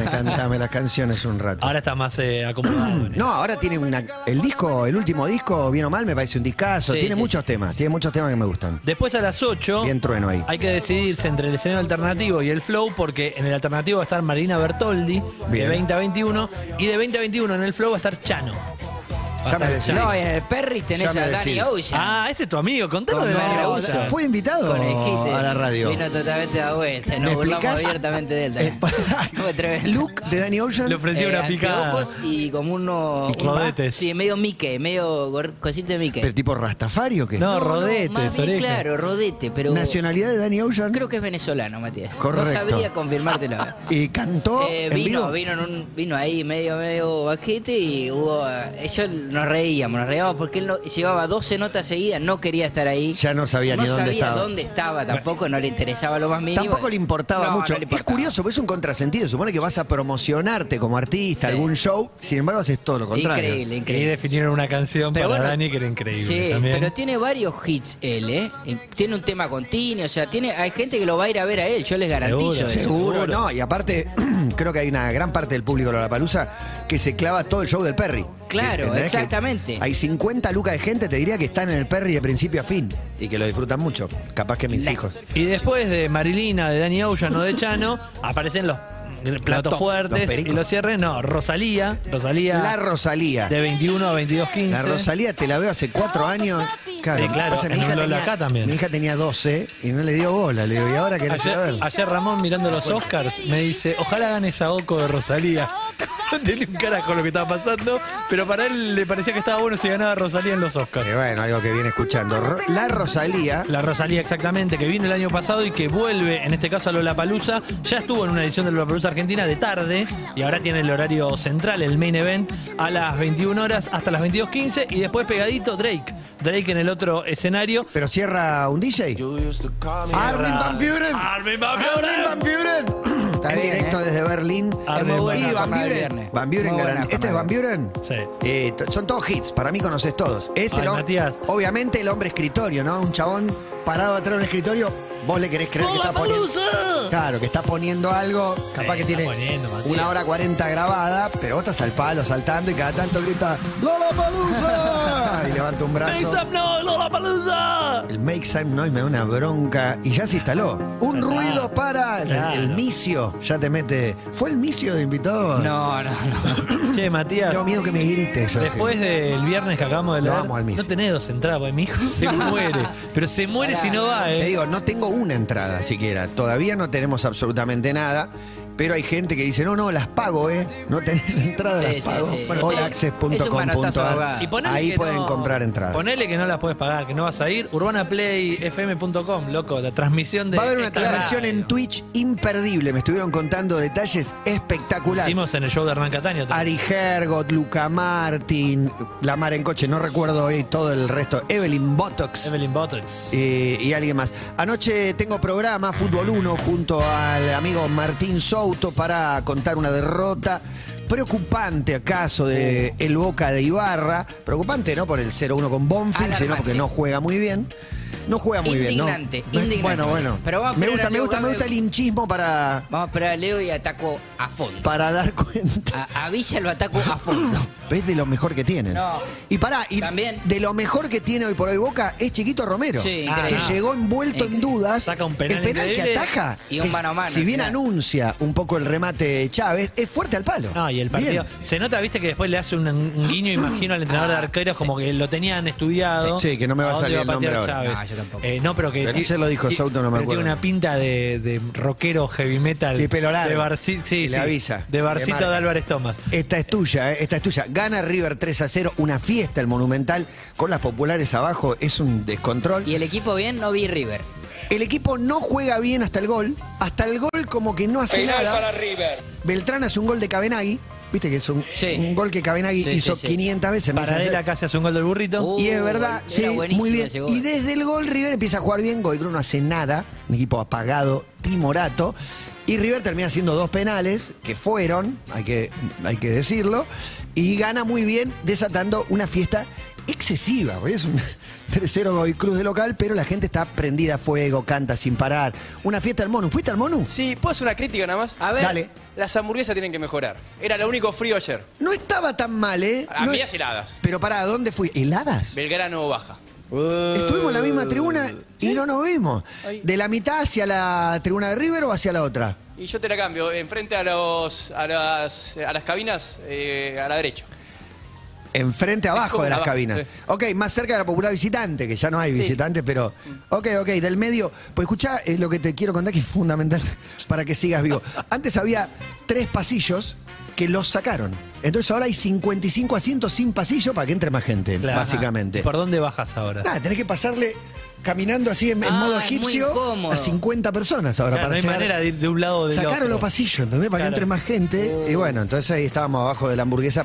[SPEAKER 2] cántame las canciones un rato.
[SPEAKER 4] Ahora está más eh, acomodado. en eso.
[SPEAKER 2] No, ahora tiene una. El disco, el último disco, bien o mal, me parece un discazo.
[SPEAKER 3] Sí,
[SPEAKER 2] tiene
[SPEAKER 3] sí,
[SPEAKER 2] muchos temas, tiene muchos temas que me gustan.
[SPEAKER 4] Después a las 8
[SPEAKER 2] Bien trueno ahí.
[SPEAKER 4] hay que decidirse entre el escenario alternativo y el flow porque en el alternativo va a estar Marina Bertoldi
[SPEAKER 2] Bien.
[SPEAKER 4] de 20 a 21 y de 20 a 21 en el flow va a estar Chano. Va a
[SPEAKER 2] Ya me
[SPEAKER 4] estar
[SPEAKER 2] decís.
[SPEAKER 4] Chano.
[SPEAKER 3] No, en el Perris tenés
[SPEAKER 2] Ya me
[SPEAKER 3] a Danny
[SPEAKER 2] decís.
[SPEAKER 3] Ocean.
[SPEAKER 4] Ah, ese es tu amigo, contalo
[SPEAKER 3] Con
[SPEAKER 4] de
[SPEAKER 3] Noel
[SPEAKER 4] Dani
[SPEAKER 2] No,
[SPEAKER 3] Raúl.
[SPEAKER 4] Raúl.
[SPEAKER 2] ¿Fue invitado
[SPEAKER 3] Con el hit, eh,
[SPEAKER 2] a la radio?
[SPEAKER 3] Vino totalmente a vuelta.
[SPEAKER 2] ¿Me
[SPEAKER 3] Nos burlamos
[SPEAKER 2] explicás?
[SPEAKER 3] abiertamente de él.
[SPEAKER 2] Eh,
[SPEAKER 3] también. Fue tremendo.
[SPEAKER 2] Luke de Danny Ocean.
[SPEAKER 4] Le ofreció
[SPEAKER 3] Eh,
[SPEAKER 4] una picada.
[SPEAKER 3] anteojos Y como uno.
[SPEAKER 4] Y rodetes.
[SPEAKER 3] Sí, medio Mickey, medio gor- cosita de Mickey.
[SPEAKER 2] ¿Pero tipo Rastafario que
[SPEAKER 4] No, rodete,
[SPEAKER 3] más bien,
[SPEAKER 4] oreja.
[SPEAKER 3] Claro, rodete, pero.
[SPEAKER 2] Nacionalidad de Danny Ocean.
[SPEAKER 3] Creo que es venezolano, Matías.
[SPEAKER 2] Correcto.
[SPEAKER 3] No sabría confirmártelo.
[SPEAKER 2] Y cantó
[SPEAKER 3] Eh,
[SPEAKER 2] en
[SPEAKER 3] vino,
[SPEAKER 2] vivo.
[SPEAKER 3] vino, en un, vino ahí medio, medio baquete y hubo. Ellos nos reíamos, nos reíamos porque él no- llevaba 12 notas seguidas, no quería estar ahí.
[SPEAKER 2] Ya no sabía ni dónde
[SPEAKER 3] sabía
[SPEAKER 2] estaba.
[SPEAKER 3] dónde estaba tampoco, no le interesaba lo más mínimo.
[SPEAKER 2] Tampoco le importaba
[SPEAKER 3] No,
[SPEAKER 2] mucho.
[SPEAKER 3] no le
[SPEAKER 2] Es
[SPEAKER 3] importaba.
[SPEAKER 2] curioso, porque es un contrasentido. Supone que vas a promocionarte como artista,
[SPEAKER 3] Sí.
[SPEAKER 2] algún show. Sin embargo, haces todo lo contrario.
[SPEAKER 3] Increíble,
[SPEAKER 4] Y
[SPEAKER 3] increíble.
[SPEAKER 4] definieron una canción
[SPEAKER 3] Pero
[SPEAKER 4] para
[SPEAKER 3] bueno,
[SPEAKER 4] Dani que era increíble.
[SPEAKER 3] Sí,
[SPEAKER 4] también.
[SPEAKER 3] pero tiene varios hits él, ¿eh? Y Tiene un tema continuo, o sea, tiene, hay gente que lo va a ir a ver a él, yo les garantizo
[SPEAKER 4] Seguro,
[SPEAKER 3] eso.
[SPEAKER 2] Seguro, no. Y aparte, creo que hay una gran parte del público de la Palusa que se clava todo el show del Perry.
[SPEAKER 3] Claro,
[SPEAKER 2] ¿Entendés? Que
[SPEAKER 3] exactamente.
[SPEAKER 2] Hay 50 lucas de gente, te diría que están en el Perry de principio a fin y que lo disfrutan mucho. Capaz que mis hijos.
[SPEAKER 4] Y después de Marilina, de Danny Ocean o de Chano, aparecen los platos
[SPEAKER 2] top, los
[SPEAKER 4] fuertes
[SPEAKER 2] pericos.
[SPEAKER 4] y los cierres. No, Rosalía, Rosalía
[SPEAKER 2] La Rosalía.
[SPEAKER 4] de 21 a 22.15.
[SPEAKER 2] La Rosalía te la veo hace cuatro años. Claro,
[SPEAKER 4] Sí, claro,
[SPEAKER 2] pasa que
[SPEAKER 4] en un Lola
[SPEAKER 2] tenía,
[SPEAKER 4] acá también.
[SPEAKER 2] mi hija tenía 12 y no le dio bola. Le digo, ¿y ahora querés ir a
[SPEAKER 4] Ayer,
[SPEAKER 2] ver?
[SPEAKER 4] ayer Ramón mirando los Oscars me dice, ojalá hagan esa Oco de Rosalía. No tenía un carajo lo que estaba pasando, pero para él le parecía que estaba bueno si ganaba Rosalía en los
[SPEAKER 2] Que
[SPEAKER 4] Oscars.
[SPEAKER 2] bueno, algo que viene escuchando. Ro- La Rosalía.
[SPEAKER 4] La Rosalía exactamente, que vino el año pasado y que vuelve, en este caso a Lollapalooza, ya estuvo en una edición de Lollapalooza Argentina de tarde y ahora tiene el horario central, el main event, a las 21 horas hasta las 22.15 y después pegadito Drake. Drake en el otro escenario.
[SPEAKER 2] Pero cierra un DJ. Armin Van Buren.
[SPEAKER 4] Armin Van
[SPEAKER 2] Armin
[SPEAKER 4] Buren.
[SPEAKER 2] Van Buren. Está en
[SPEAKER 3] bien,
[SPEAKER 2] directo
[SPEAKER 3] ¿eh?
[SPEAKER 2] desde Berlín.
[SPEAKER 4] Arre,
[SPEAKER 3] muy buena
[SPEAKER 2] Y Van
[SPEAKER 3] jornada de
[SPEAKER 2] Buren.
[SPEAKER 3] viernes.
[SPEAKER 2] Van Buren
[SPEAKER 3] Muy buena
[SPEAKER 2] garan- ¿Este es
[SPEAKER 3] jornada
[SPEAKER 2] Van
[SPEAKER 3] de
[SPEAKER 2] Buren?
[SPEAKER 4] Sí.
[SPEAKER 2] Eh, to- son todos hits, para mí conoces todos. Es
[SPEAKER 4] Ay,
[SPEAKER 2] el hom-
[SPEAKER 4] Matías.
[SPEAKER 2] Obviamente el hombre escritorio, ¿no? Un chabón parado atrás de un escritorio, vos le querés creer que está poniendo. Claro, que está poniendo algo,
[SPEAKER 4] Sí,
[SPEAKER 2] capaz que
[SPEAKER 4] Eh, está
[SPEAKER 2] tiene
[SPEAKER 4] poniendo, Matías.
[SPEAKER 2] una hora cuarenta grabada, pero vos estás al palo saltando y cada tanto grita ¡Lollapalooza! y levanta un brazo.
[SPEAKER 4] Make some noise, Lollapalooza.
[SPEAKER 2] El make some noise me da una bronca y ya se instaló. Un
[SPEAKER 4] Claro.
[SPEAKER 2] ruido para el,
[SPEAKER 4] Claro.
[SPEAKER 2] el micio, ya te mete. ¿Fue el micio de invitado?
[SPEAKER 3] No, no, no.
[SPEAKER 4] Che, Matías.
[SPEAKER 2] Tengo miedo que me grite. yo,
[SPEAKER 4] Después del viernes que acabamos de
[SPEAKER 2] Lo
[SPEAKER 4] leer,
[SPEAKER 2] amo al Miss.
[SPEAKER 4] no tenés dos entradas, porque mi hijo se muere. Pero se muere si no va,
[SPEAKER 2] Te
[SPEAKER 4] ¿eh?
[SPEAKER 2] digo, no tengo una entrada siquiera. Todavía no tenemos absolutamente nada. Pero hay gente que dice, no, no, las pago, ¿eh? No tenés la entrada,
[SPEAKER 3] Sí,
[SPEAKER 2] las
[SPEAKER 3] sí,
[SPEAKER 2] pago.
[SPEAKER 3] sí.
[SPEAKER 2] Bueno,
[SPEAKER 3] Sí.
[SPEAKER 2] holaccess.com.ar.
[SPEAKER 3] Es un manotazo ahogado. Y
[SPEAKER 4] ponele
[SPEAKER 2] Ahí
[SPEAKER 4] que
[SPEAKER 2] pueden
[SPEAKER 4] no-
[SPEAKER 2] comprar entradas.
[SPEAKER 4] Ponele que no las puedes pagar, que no vas a ir. UrbanaPlayFM.com, loco, la transmisión de.
[SPEAKER 2] Va a haber una
[SPEAKER 4] Claro.
[SPEAKER 2] transmisión en Twitch imperdible. Me estuvieron contando detalles espectaculares.
[SPEAKER 4] Hicimos en el show de Hernán Cataño. también.
[SPEAKER 2] Ari Hergot, Luca Martin, La Mar en Coche, no recuerdo hoy todo el resto. Evelyn Botox.
[SPEAKER 4] Evelyn Bottles.
[SPEAKER 2] Eh, y alguien más. Anoche tengo programa Fútbol 1 junto al amigo Martín Souto para contar una derrota preocupante acaso de el Boca de Ibarra, preocupante no por el 0-1 con Bonfield, sino
[SPEAKER 3] Alarmante.
[SPEAKER 2] porque no juega muy bien. No juega muy
[SPEAKER 3] Indignante,
[SPEAKER 2] bien, ¿no?
[SPEAKER 3] indignante.
[SPEAKER 2] Bueno, bueno.
[SPEAKER 3] Pero vamos a
[SPEAKER 2] me
[SPEAKER 3] poner
[SPEAKER 2] gusta,
[SPEAKER 3] a
[SPEAKER 2] me
[SPEAKER 3] Leo
[SPEAKER 2] gusta, me
[SPEAKER 3] Gabe-
[SPEAKER 2] gusta el hinchismo para
[SPEAKER 3] Vamos a esperar a Leo y ataco a fondo.
[SPEAKER 2] para dar cuenta.
[SPEAKER 3] A, a Villa lo ataco a fondo.
[SPEAKER 2] Es de lo mejor que tienen.
[SPEAKER 3] No.
[SPEAKER 2] Y pará, y
[SPEAKER 3] También.
[SPEAKER 2] de lo mejor que tiene hoy por hoy Boca es Chiquito Romero.
[SPEAKER 3] Sí,
[SPEAKER 2] que
[SPEAKER 3] increíble.
[SPEAKER 2] llegó envuelto en
[SPEAKER 3] Increíble.
[SPEAKER 2] dudas.
[SPEAKER 4] Saca un penal
[SPEAKER 2] El penal que
[SPEAKER 4] increíble.
[SPEAKER 2] ataja.
[SPEAKER 3] Y un
[SPEAKER 2] es-
[SPEAKER 3] mano a mano,
[SPEAKER 2] Si bien
[SPEAKER 3] mirá.
[SPEAKER 2] anuncia un poco el remate de Chávez, es fuerte al palo.
[SPEAKER 4] No, y el partido.
[SPEAKER 2] Bien.
[SPEAKER 4] Se nota, viste, que después le hace un, un guiño, imagino, al entrenador de arqueros, como que lo tenían estudiado.
[SPEAKER 2] Ah, Sí, sí, que no me va a
[SPEAKER 4] dónde
[SPEAKER 2] salir el
[SPEAKER 4] patear
[SPEAKER 2] nombre ahora.
[SPEAKER 4] Chávez?
[SPEAKER 3] No, Ah, yo tampoco.
[SPEAKER 4] Eh, no, pero que.
[SPEAKER 2] Aquí se lo dijo
[SPEAKER 4] y-
[SPEAKER 2] Souto, no me
[SPEAKER 4] pero
[SPEAKER 2] acuerdo.
[SPEAKER 4] Tiene una pinta de, de rockero heavy metal.
[SPEAKER 2] Sí, pelo largo.
[SPEAKER 4] De Barci- sí,
[SPEAKER 2] Y le
[SPEAKER 4] sí,
[SPEAKER 2] avisa, le
[SPEAKER 4] De Barcito
[SPEAKER 2] marca.
[SPEAKER 4] de Álvarez Tomás.
[SPEAKER 2] Esta es tuya, eh, esta es tuya. Gana River 3 a 0, una fiesta el Monumental, con las populares abajo, es un descontrol.
[SPEAKER 3] Y el equipo bien, no vi River.
[SPEAKER 2] El equipo no juega bien hasta el gol, hasta el gol como que no hace
[SPEAKER 1] Penal
[SPEAKER 2] nada.
[SPEAKER 1] para River.
[SPEAKER 2] Beltrán hace un gol de Cabenagui. Viste que es un,
[SPEAKER 3] Sí.
[SPEAKER 2] un gol que Cabenagui
[SPEAKER 3] Sí,
[SPEAKER 2] hizo
[SPEAKER 3] sí, sí.
[SPEAKER 2] 500 veces. me hizo
[SPEAKER 4] Paradela
[SPEAKER 2] hacer-
[SPEAKER 4] casi hace un gol del burrito.
[SPEAKER 3] Uh,
[SPEAKER 2] y es verdad,
[SPEAKER 3] era
[SPEAKER 2] sí,
[SPEAKER 3] buenísimo
[SPEAKER 2] muy bien.
[SPEAKER 3] ese gol.
[SPEAKER 2] Y desde el gol River empieza a jugar bien, Goicru no hace nada, un equipo apagado, timorato. Y River termina haciendo dos penales, que fueron, hay que, hay que decirlo, y gana muy bien desatando una fiesta excesiva. porque Es un 3-0 Godoy Cruz de local, pero la gente está prendida a fuego, canta sin parar. Una fiesta al Monu. ¿Fuiste al Monu?
[SPEAKER 1] Sí, ¿puedo hacer una crítica nada más?
[SPEAKER 3] A ver,
[SPEAKER 2] Dale.
[SPEAKER 1] Las hamburguesas tienen que mejorar. Era lo único frío ayer.
[SPEAKER 2] No estaba tan mal, ¿eh?
[SPEAKER 1] A
[SPEAKER 2] No-
[SPEAKER 1] mí las heladas.
[SPEAKER 2] Pero pará, ¿a ¿dónde fui? ¿Heladas?
[SPEAKER 1] Belgrano baja. Uh.
[SPEAKER 2] Estuvimos en la misma tribuna y no nos vimos. ¿De la mitad hacia la tribuna de River o hacia la otra?
[SPEAKER 1] Y yo te la cambio, enfrente a los a las, a las cabinas eh, a la derecha.
[SPEAKER 2] Enfrente abajo
[SPEAKER 1] como
[SPEAKER 2] de las
[SPEAKER 1] abajo,
[SPEAKER 2] cabinas.
[SPEAKER 1] sí.
[SPEAKER 2] Ok, más cerca de la popular visitante, que ya no hay visitantes, pero. Ok, ok, del medio. Pues escuchá eh, lo que te quiero contar que es fundamental para que sigas vivo. Antes había tres pasillos que los sacaron. Entonces ahora hay 55 asientos sin pasillo para que entre más gente,
[SPEAKER 4] Claro.
[SPEAKER 2] básicamente.
[SPEAKER 4] ¿Por dónde bajas ahora?
[SPEAKER 2] Nada, tenés que pasarle caminando así en, en
[SPEAKER 3] Ah,
[SPEAKER 2] modo
[SPEAKER 3] es muy
[SPEAKER 2] egipcio
[SPEAKER 3] incómodo.
[SPEAKER 2] a 50 personas ahora
[SPEAKER 4] Claro,
[SPEAKER 2] para
[SPEAKER 4] no hay
[SPEAKER 2] llegar.
[SPEAKER 4] manera de ir de un lado o del
[SPEAKER 2] Sacaron
[SPEAKER 4] otro.
[SPEAKER 2] los pasillos, ¿entendés? Para
[SPEAKER 4] Claro. Uh.
[SPEAKER 2] que entre más gente. Y bueno, entonces ahí estábamos abajo de la hamburguesa.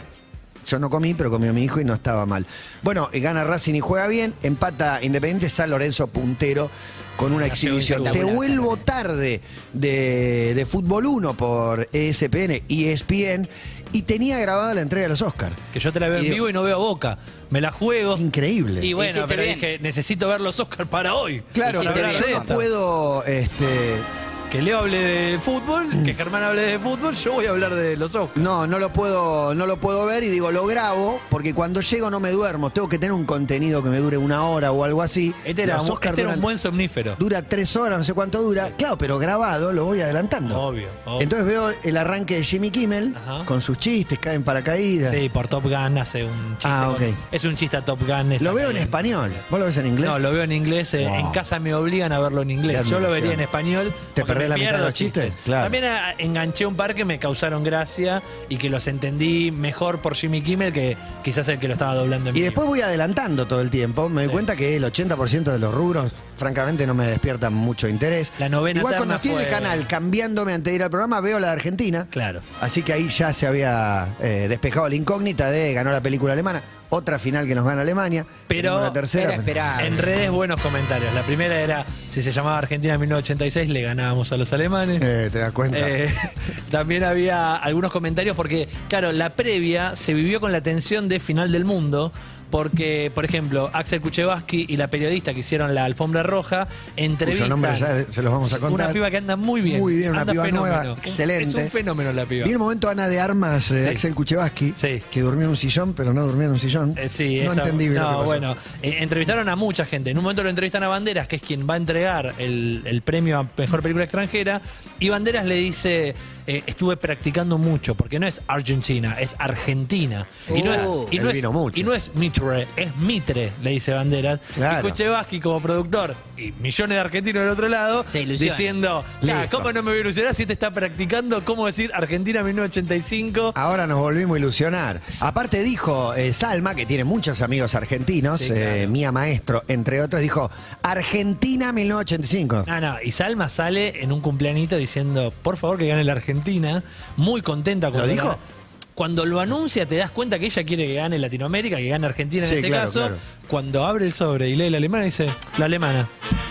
[SPEAKER 2] Yo no comí, pero comió mi hijo y no estaba mal. Bueno, eh, gana Racing y juega bien. Empata Independiente San Lorenzo puntero con una exhibición. Te
[SPEAKER 3] espectacular,
[SPEAKER 2] vuelvo tarde de, de Fútbol 1 por E ESPN y ESPN y tenía grabada la entrega de los Oscars.
[SPEAKER 4] Que yo te la veo
[SPEAKER 2] Y-
[SPEAKER 4] en vivo y no veo a boca. Me la juego.
[SPEAKER 2] Increíble.
[SPEAKER 4] Y bueno,
[SPEAKER 3] Hiciste
[SPEAKER 4] pero
[SPEAKER 3] bien.
[SPEAKER 4] dije, necesito ver los Oscar para hoy.
[SPEAKER 2] Claro,
[SPEAKER 4] Para
[SPEAKER 3] Hiciste
[SPEAKER 2] pero
[SPEAKER 3] bien.
[SPEAKER 4] hablar de
[SPEAKER 2] yo no
[SPEAKER 4] esto.
[SPEAKER 2] puedo... Este,
[SPEAKER 4] Que Leo hable de
[SPEAKER 2] Mm.
[SPEAKER 4] fútbol, que Germán hable de fútbol, yo voy a hablar de los Oscar.
[SPEAKER 2] No, no lo puedo, no lo puedo ver y digo, lo grabo, porque cuando llego no me duermo, tengo que tener un contenido que me dure una hora o algo así.
[SPEAKER 4] Este era,
[SPEAKER 2] Los
[SPEAKER 4] un,
[SPEAKER 2] Oscar
[SPEAKER 4] este era un
[SPEAKER 2] duran-
[SPEAKER 4] buen somnífero.
[SPEAKER 2] Dura tres horas, no sé cuánto dura. Claro, pero grabado lo voy adelantando.
[SPEAKER 4] Obvio, obvio.
[SPEAKER 2] Entonces veo el arranque de Jimmy Kimmel
[SPEAKER 4] Ajá.
[SPEAKER 2] con sus chistes, caen paracaídas.
[SPEAKER 4] Sí, por Top Gun hace un chiste.
[SPEAKER 2] Ah,
[SPEAKER 4] con-
[SPEAKER 2] ok.
[SPEAKER 4] Es un chiste a Top Gun. esa
[SPEAKER 2] Lo veo en
[SPEAKER 4] que-
[SPEAKER 2] español. ¿Vos lo ves en inglés?
[SPEAKER 4] No, lo veo en inglés. eh,
[SPEAKER 2] Wow.
[SPEAKER 4] En casa me obligan a verlo en
[SPEAKER 2] Qué
[SPEAKER 4] inglés. Yo lo vería
[SPEAKER 2] admiración.
[SPEAKER 4] en español.
[SPEAKER 2] Te
[SPEAKER 4] porque me
[SPEAKER 2] perdés la mitad de
[SPEAKER 4] pierdo
[SPEAKER 2] los chistes, claro.
[SPEAKER 4] También ah, enganché un par que me causaron gracia y que los entendí mejor por Jimmy Kimmel que quizás el que lo estaba doblando en
[SPEAKER 2] Y
[SPEAKER 4] vivo.
[SPEAKER 2] después voy adelantando todo el tiempo. Me doy cuenta que el 80% de los rubros, francamente, no me despiertan mucho interés.
[SPEAKER 4] La novena
[SPEAKER 2] Igual cuando
[SPEAKER 4] eterna
[SPEAKER 2] estoy en el
[SPEAKER 4] fue-
[SPEAKER 2] canal cambiándome antes de ir al programa, veo la de Argentina.
[SPEAKER 4] Claro.
[SPEAKER 2] Así que ahí ya se había eh, despejado la incógnita de ganó la película alemana. otra final que nos gana Alemania.
[SPEAKER 4] Pero-
[SPEAKER 2] Tenemos la tercera.
[SPEAKER 3] Era esperable.
[SPEAKER 4] En redes buenos comentarios. La primera era, si se llamaba Argentina 1986, le ganábamos a los alemanes.
[SPEAKER 2] Eh, te das cuenta.
[SPEAKER 4] Eh, también había algunos comentarios porque, claro, la previa se vivió con la tensión de final del mundo. Porque, por ejemplo, Axel Kuchevaski y la periodista que hicieron la alfombra roja entrevistan.
[SPEAKER 2] Cuyo nombre ya se los vamos a contar.
[SPEAKER 4] Una piba que anda muy bien.
[SPEAKER 2] Muy bien, una
[SPEAKER 4] anda
[SPEAKER 2] piba
[SPEAKER 4] fenómeno.
[SPEAKER 2] nueva,
[SPEAKER 4] Un-
[SPEAKER 2] excelente.
[SPEAKER 4] Es un fenómeno la piba.
[SPEAKER 2] Vi el momento Ana de Armas, eh,
[SPEAKER 4] Sí.
[SPEAKER 2] Axel Kuchevaski,
[SPEAKER 4] Sí.
[SPEAKER 2] que durmió en un sillón, pero no durmió en un sillón.
[SPEAKER 4] Eh, sí,
[SPEAKER 2] no
[SPEAKER 4] esa-
[SPEAKER 2] entendí
[SPEAKER 4] no,
[SPEAKER 2] bien. lo que pasó.
[SPEAKER 4] bueno, eh, entrevistaron a mucha gente. En un momento lo entrevistan a Banderas, que es quien va a entregar el, el premio a mejor película extranjera. Y Banderas le dice: eh, Estuve practicando mucho, porque no es Argentina, es Argentina. y no es, y
[SPEAKER 3] Oh.
[SPEAKER 2] Él
[SPEAKER 4] no es,
[SPEAKER 2] vino mucho.
[SPEAKER 4] y no es Mitre, es Mitre, le dice Banderas.
[SPEAKER 2] Claro.
[SPEAKER 4] Y Kuchevaski como productor y millones de argentinos del otro lado
[SPEAKER 3] Se ilusiona.
[SPEAKER 4] diciendo: "Nah,
[SPEAKER 2] Listo.
[SPEAKER 4] ¿Cómo no me voy a ilusionar si te está practicando cómo decir Argentina 1985?
[SPEAKER 2] Ahora nos volvimos a ilusionar. Aparte dijo eh, Salma, que tiene muchos amigos argentinos,
[SPEAKER 4] Sí,
[SPEAKER 2] eh,
[SPEAKER 4] claro.
[SPEAKER 2] Mía Maestro, entre otros, dijo Argentina 1985.
[SPEAKER 4] Ah, no, y Salma sale en un cumpleanito diciendo, por favor que gane la Argentina, muy contenta cuando
[SPEAKER 2] ¿Lo dijo?
[SPEAKER 4] gana. Cuando lo anuncia te das cuenta que ella quiere que gane Latinoamérica, que gane Argentina en
[SPEAKER 2] Sí,
[SPEAKER 4] este
[SPEAKER 2] claro,
[SPEAKER 4] caso.
[SPEAKER 2] claro.
[SPEAKER 4] Cuando abre el sobre y lee la alemana dice, la alemana.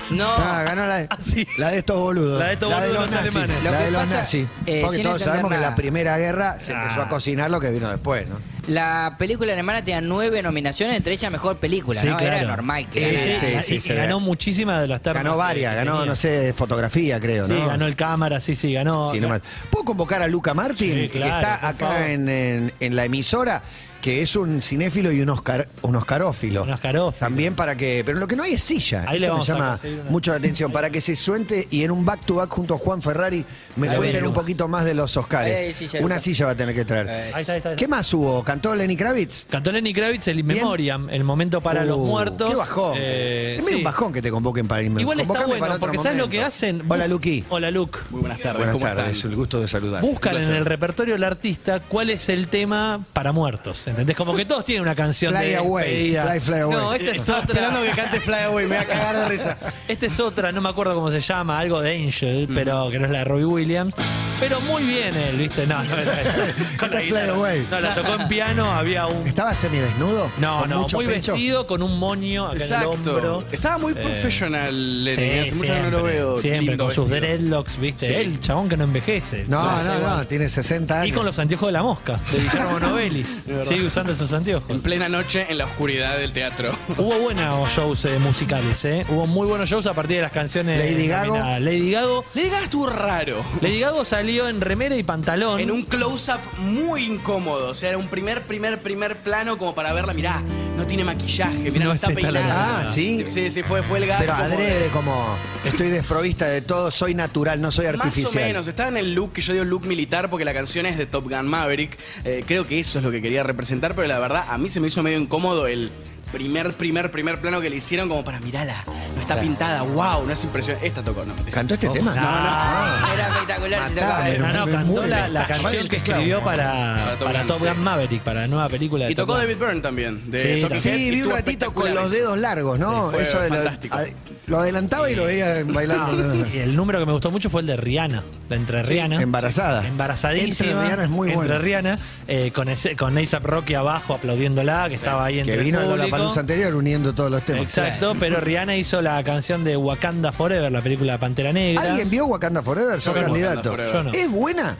[SPEAKER 3] No.
[SPEAKER 2] Ah, ganó la de,
[SPEAKER 4] Ah, sí.
[SPEAKER 2] la de estos boludos.
[SPEAKER 4] La de estos boludos
[SPEAKER 2] los
[SPEAKER 4] los
[SPEAKER 2] nazis.
[SPEAKER 4] alemanes.
[SPEAKER 2] La
[SPEAKER 3] Lo
[SPEAKER 2] de
[SPEAKER 3] que
[SPEAKER 2] los
[SPEAKER 3] pasa,
[SPEAKER 2] nazis.
[SPEAKER 3] eh,
[SPEAKER 2] Porque
[SPEAKER 3] sin
[SPEAKER 2] todos
[SPEAKER 3] entender
[SPEAKER 2] sabemos que en la
[SPEAKER 3] nada.
[SPEAKER 2] primera guerra se
[SPEAKER 4] Ah.
[SPEAKER 2] empezó a cocinar lo que vino después, ¿no?
[SPEAKER 3] La película alemana tenía nueve nominaciones, entre ellas mejor película,
[SPEAKER 4] Sí,
[SPEAKER 3] ¿no? Era
[SPEAKER 4] claro.
[SPEAKER 3] normal que
[SPEAKER 4] Sí, sí,
[SPEAKER 3] ganara.
[SPEAKER 2] Sí,
[SPEAKER 4] y-
[SPEAKER 2] sí,
[SPEAKER 4] y
[SPEAKER 2] se
[SPEAKER 4] ganó
[SPEAKER 2] ve.
[SPEAKER 4] muchísimas de las tardes.
[SPEAKER 2] Ganó varias, ganó, no sé, fotografía, creo,
[SPEAKER 4] eh, Sí,
[SPEAKER 2] ¿no?
[SPEAKER 4] ganó el cámara, sí, sí, ganó.
[SPEAKER 2] Sí, no más. ¿Puedo convocar a Luca Martín,
[SPEAKER 4] Sí,
[SPEAKER 2] que
[SPEAKER 4] claro,
[SPEAKER 2] está
[SPEAKER 4] por favor.
[SPEAKER 2] acá en, en- en la emisora, que es un cinéfilo y un, Oscar, un oscarófilo?
[SPEAKER 4] Un oscarófilo.
[SPEAKER 2] También para que. Pero lo que no hay es silla.
[SPEAKER 4] Ahí le
[SPEAKER 2] Esto
[SPEAKER 4] vamos a
[SPEAKER 2] me llama
[SPEAKER 4] conseguir una-
[SPEAKER 2] mucho la atención. Para que se suente y en un back to back junto a Juan Ferrari me
[SPEAKER 3] Ahí
[SPEAKER 2] cuenten
[SPEAKER 3] veremos.
[SPEAKER 2] un poquito más de los Oscars.
[SPEAKER 3] Ahí hay silla,
[SPEAKER 2] Una
[SPEAKER 3] Luca.
[SPEAKER 2] silla va a tener que
[SPEAKER 3] Eh,
[SPEAKER 2] traer.
[SPEAKER 4] Ahí está, ahí está, ahí está.
[SPEAKER 2] ¿Qué más hubo? ¿Cantó Lenny Kravitz?
[SPEAKER 4] Cantó Lenny Kravitz el In Memoriam, el momento para los
[SPEAKER 2] Uh,
[SPEAKER 4] muertos.
[SPEAKER 2] Qué bajón.
[SPEAKER 4] Eh,
[SPEAKER 2] es
[SPEAKER 4] sí.
[SPEAKER 2] medio un bajón que te convoquen para irme.
[SPEAKER 4] Igual está
[SPEAKER 2] Convocame
[SPEAKER 4] bueno,
[SPEAKER 2] para otro
[SPEAKER 4] porque ¿sabes lo
[SPEAKER 2] momento.
[SPEAKER 4] que hacen?
[SPEAKER 2] Hola, Luqui.
[SPEAKER 4] Hola, Luke.
[SPEAKER 1] Muy buenas tardes,
[SPEAKER 2] Buenas
[SPEAKER 1] ¿cómo
[SPEAKER 2] tardes,
[SPEAKER 1] están?
[SPEAKER 2] el gusto de saludar.
[SPEAKER 4] Buscan en
[SPEAKER 1] placer.
[SPEAKER 4] el repertorio del artista cuál es el tema para muertos. ¿Entendés? Como que todos tienen una canción
[SPEAKER 2] Fly
[SPEAKER 4] de
[SPEAKER 2] away,
[SPEAKER 4] despedida.
[SPEAKER 2] fly, fly away.
[SPEAKER 4] No, esta es
[SPEAKER 1] Estaba esperando que
[SPEAKER 4] otra.
[SPEAKER 1] cante Fly Away, me voy a cagar de risa.
[SPEAKER 4] Esta es otra, no me acuerdo cómo se llama, algo de Angel, pero que no es la de Robbie Williams. Pero muy bien él, ¿viste? No, no era esa. Con la
[SPEAKER 2] Fly
[SPEAKER 4] guitarra.
[SPEAKER 2] away.
[SPEAKER 4] No, la tocó en piano, había un.
[SPEAKER 2] ¿Estaba semidesnudo?
[SPEAKER 4] No,
[SPEAKER 2] ¿Con
[SPEAKER 4] no,
[SPEAKER 2] mucho
[SPEAKER 4] muy
[SPEAKER 2] pecho?
[SPEAKER 4] vestido con un moño acá en el
[SPEAKER 1] Exacto. Eh,
[SPEAKER 4] hombro.
[SPEAKER 1] Estaba muy profesional, Lenny, hace mucho que no lo veo.
[SPEAKER 4] Siempre,
[SPEAKER 1] lindo
[SPEAKER 4] con sus
[SPEAKER 1] vestido.
[SPEAKER 4] dreadlocks, ¿viste?
[SPEAKER 1] Sí.
[SPEAKER 4] El chabón que no envejece.
[SPEAKER 2] No,
[SPEAKER 4] Claro,
[SPEAKER 2] no,
[SPEAKER 4] igual.
[SPEAKER 2] Ah, no, tiene 60 años.
[SPEAKER 4] Y con los anteojos de la mosca, de Guillermo Novelis. Sigue usando esos anteojos.
[SPEAKER 1] En plena noche, en la oscuridad del teatro.
[SPEAKER 4] Hubo buenos shows eh, musicales, ¿eh? Hubo muy buenos shows a partir de las canciones.
[SPEAKER 2] Lady Gaga.
[SPEAKER 4] nominadas. Lady Gaga.
[SPEAKER 1] Lady Gaga estuvo raro.
[SPEAKER 4] Lady Gaga salió en remera y pantalón.
[SPEAKER 1] En un close-up muy incómodo. O sea, era un primer, primer, primer plano como para verla. Mirá, no tiene maquillaje, mirá,
[SPEAKER 4] No
[SPEAKER 1] no
[SPEAKER 4] es
[SPEAKER 1] está
[SPEAKER 4] esta la
[SPEAKER 1] peinada.
[SPEAKER 2] verdad. Ah, sí.
[SPEAKER 1] Sí, sí, fue, fue el gato.
[SPEAKER 2] Pero
[SPEAKER 1] como de-
[SPEAKER 2] adrede, como estoy desprovista de todo, soy natural, no soy
[SPEAKER 1] Más o
[SPEAKER 2] artificial.
[SPEAKER 1] menos, estaba en el look que yo digo look militar porque la canción es de Top Gun Maverick. Eh, creo que eso es lo que quería representar, pero la verdad a mí se me hizo medio incómodo el primer, primer, primer plano que le hicieron como para mirala. No está pintada, wow, no es impresión. Esta tocó, no.
[SPEAKER 2] ¿Cantó
[SPEAKER 4] Oh,
[SPEAKER 2] este tema?
[SPEAKER 3] Era espectacular. si te
[SPEAKER 2] Matame,
[SPEAKER 3] acordás.
[SPEAKER 4] No, no,
[SPEAKER 2] Muy
[SPEAKER 4] cantó
[SPEAKER 2] bien.
[SPEAKER 4] la, la
[SPEAKER 2] Está
[SPEAKER 4] canción
[SPEAKER 2] mal
[SPEAKER 4] que
[SPEAKER 2] mezclado.
[SPEAKER 4] escribió para,
[SPEAKER 1] Para Top
[SPEAKER 4] para
[SPEAKER 1] Gun,
[SPEAKER 4] Top Gun
[SPEAKER 1] sí.
[SPEAKER 4] Maverick, para la nueva película de
[SPEAKER 1] Y tocó
[SPEAKER 4] Top Gun.
[SPEAKER 1] David Byrne también. De
[SPEAKER 4] Sí,
[SPEAKER 1] Talking
[SPEAKER 4] también.
[SPEAKER 1] Heads,
[SPEAKER 2] Sí,
[SPEAKER 1] y
[SPEAKER 2] vi un
[SPEAKER 1] estuvo
[SPEAKER 2] ratito con
[SPEAKER 1] espectacular
[SPEAKER 2] los
[SPEAKER 1] ese.
[SPEAKER 2] dedos largos, ¿no?
[SPEAKER 1] Sí, fue
[SPEAKER 2] Eso de lo,
[SPEAKER 1] fantástico.
[SPEAKER 2] a- lo adelantaba y lo veía bailando.
[SPEAKER 4] Y el número que me gustó mucho fue el de Rihanna, la entre Rihanna.
[SPEAKER 2] Embarazada.
[SPEAKER 4] Embarazadísima.
[SPEAKER 2] Entre Rihanna es muy
[SPEAKER 4] Entre
[SPEAKER 2] bueno.
[SPEAKER 4] Rihanna, eh, con, ese, con A$AP Rocky abajo aplaudiéndola, que estaba ahí entre
[SPEAKER 2] Que vino
[SPEAKER 4] el
[SPEAKER 2] en la
[SPEAKER 4] público.
[SPEAKER 2] palusa anterior uniendo todos los temas.
[SPEAKER 4] Exacto, pero Rihanna hizo la canción de Wakanda Forever, la película de Pantera Negra.
[SPEAKER 2] ¿Alguien vio Wakanda Forever? Sos
[SPEAKER 1] vi Wakanda
[SPEAKER 2] candidato.
[SPEAKER 1] Forever.
[SPEAKER 4] Yo no.
[SPEAKER 2] ¿Es buena?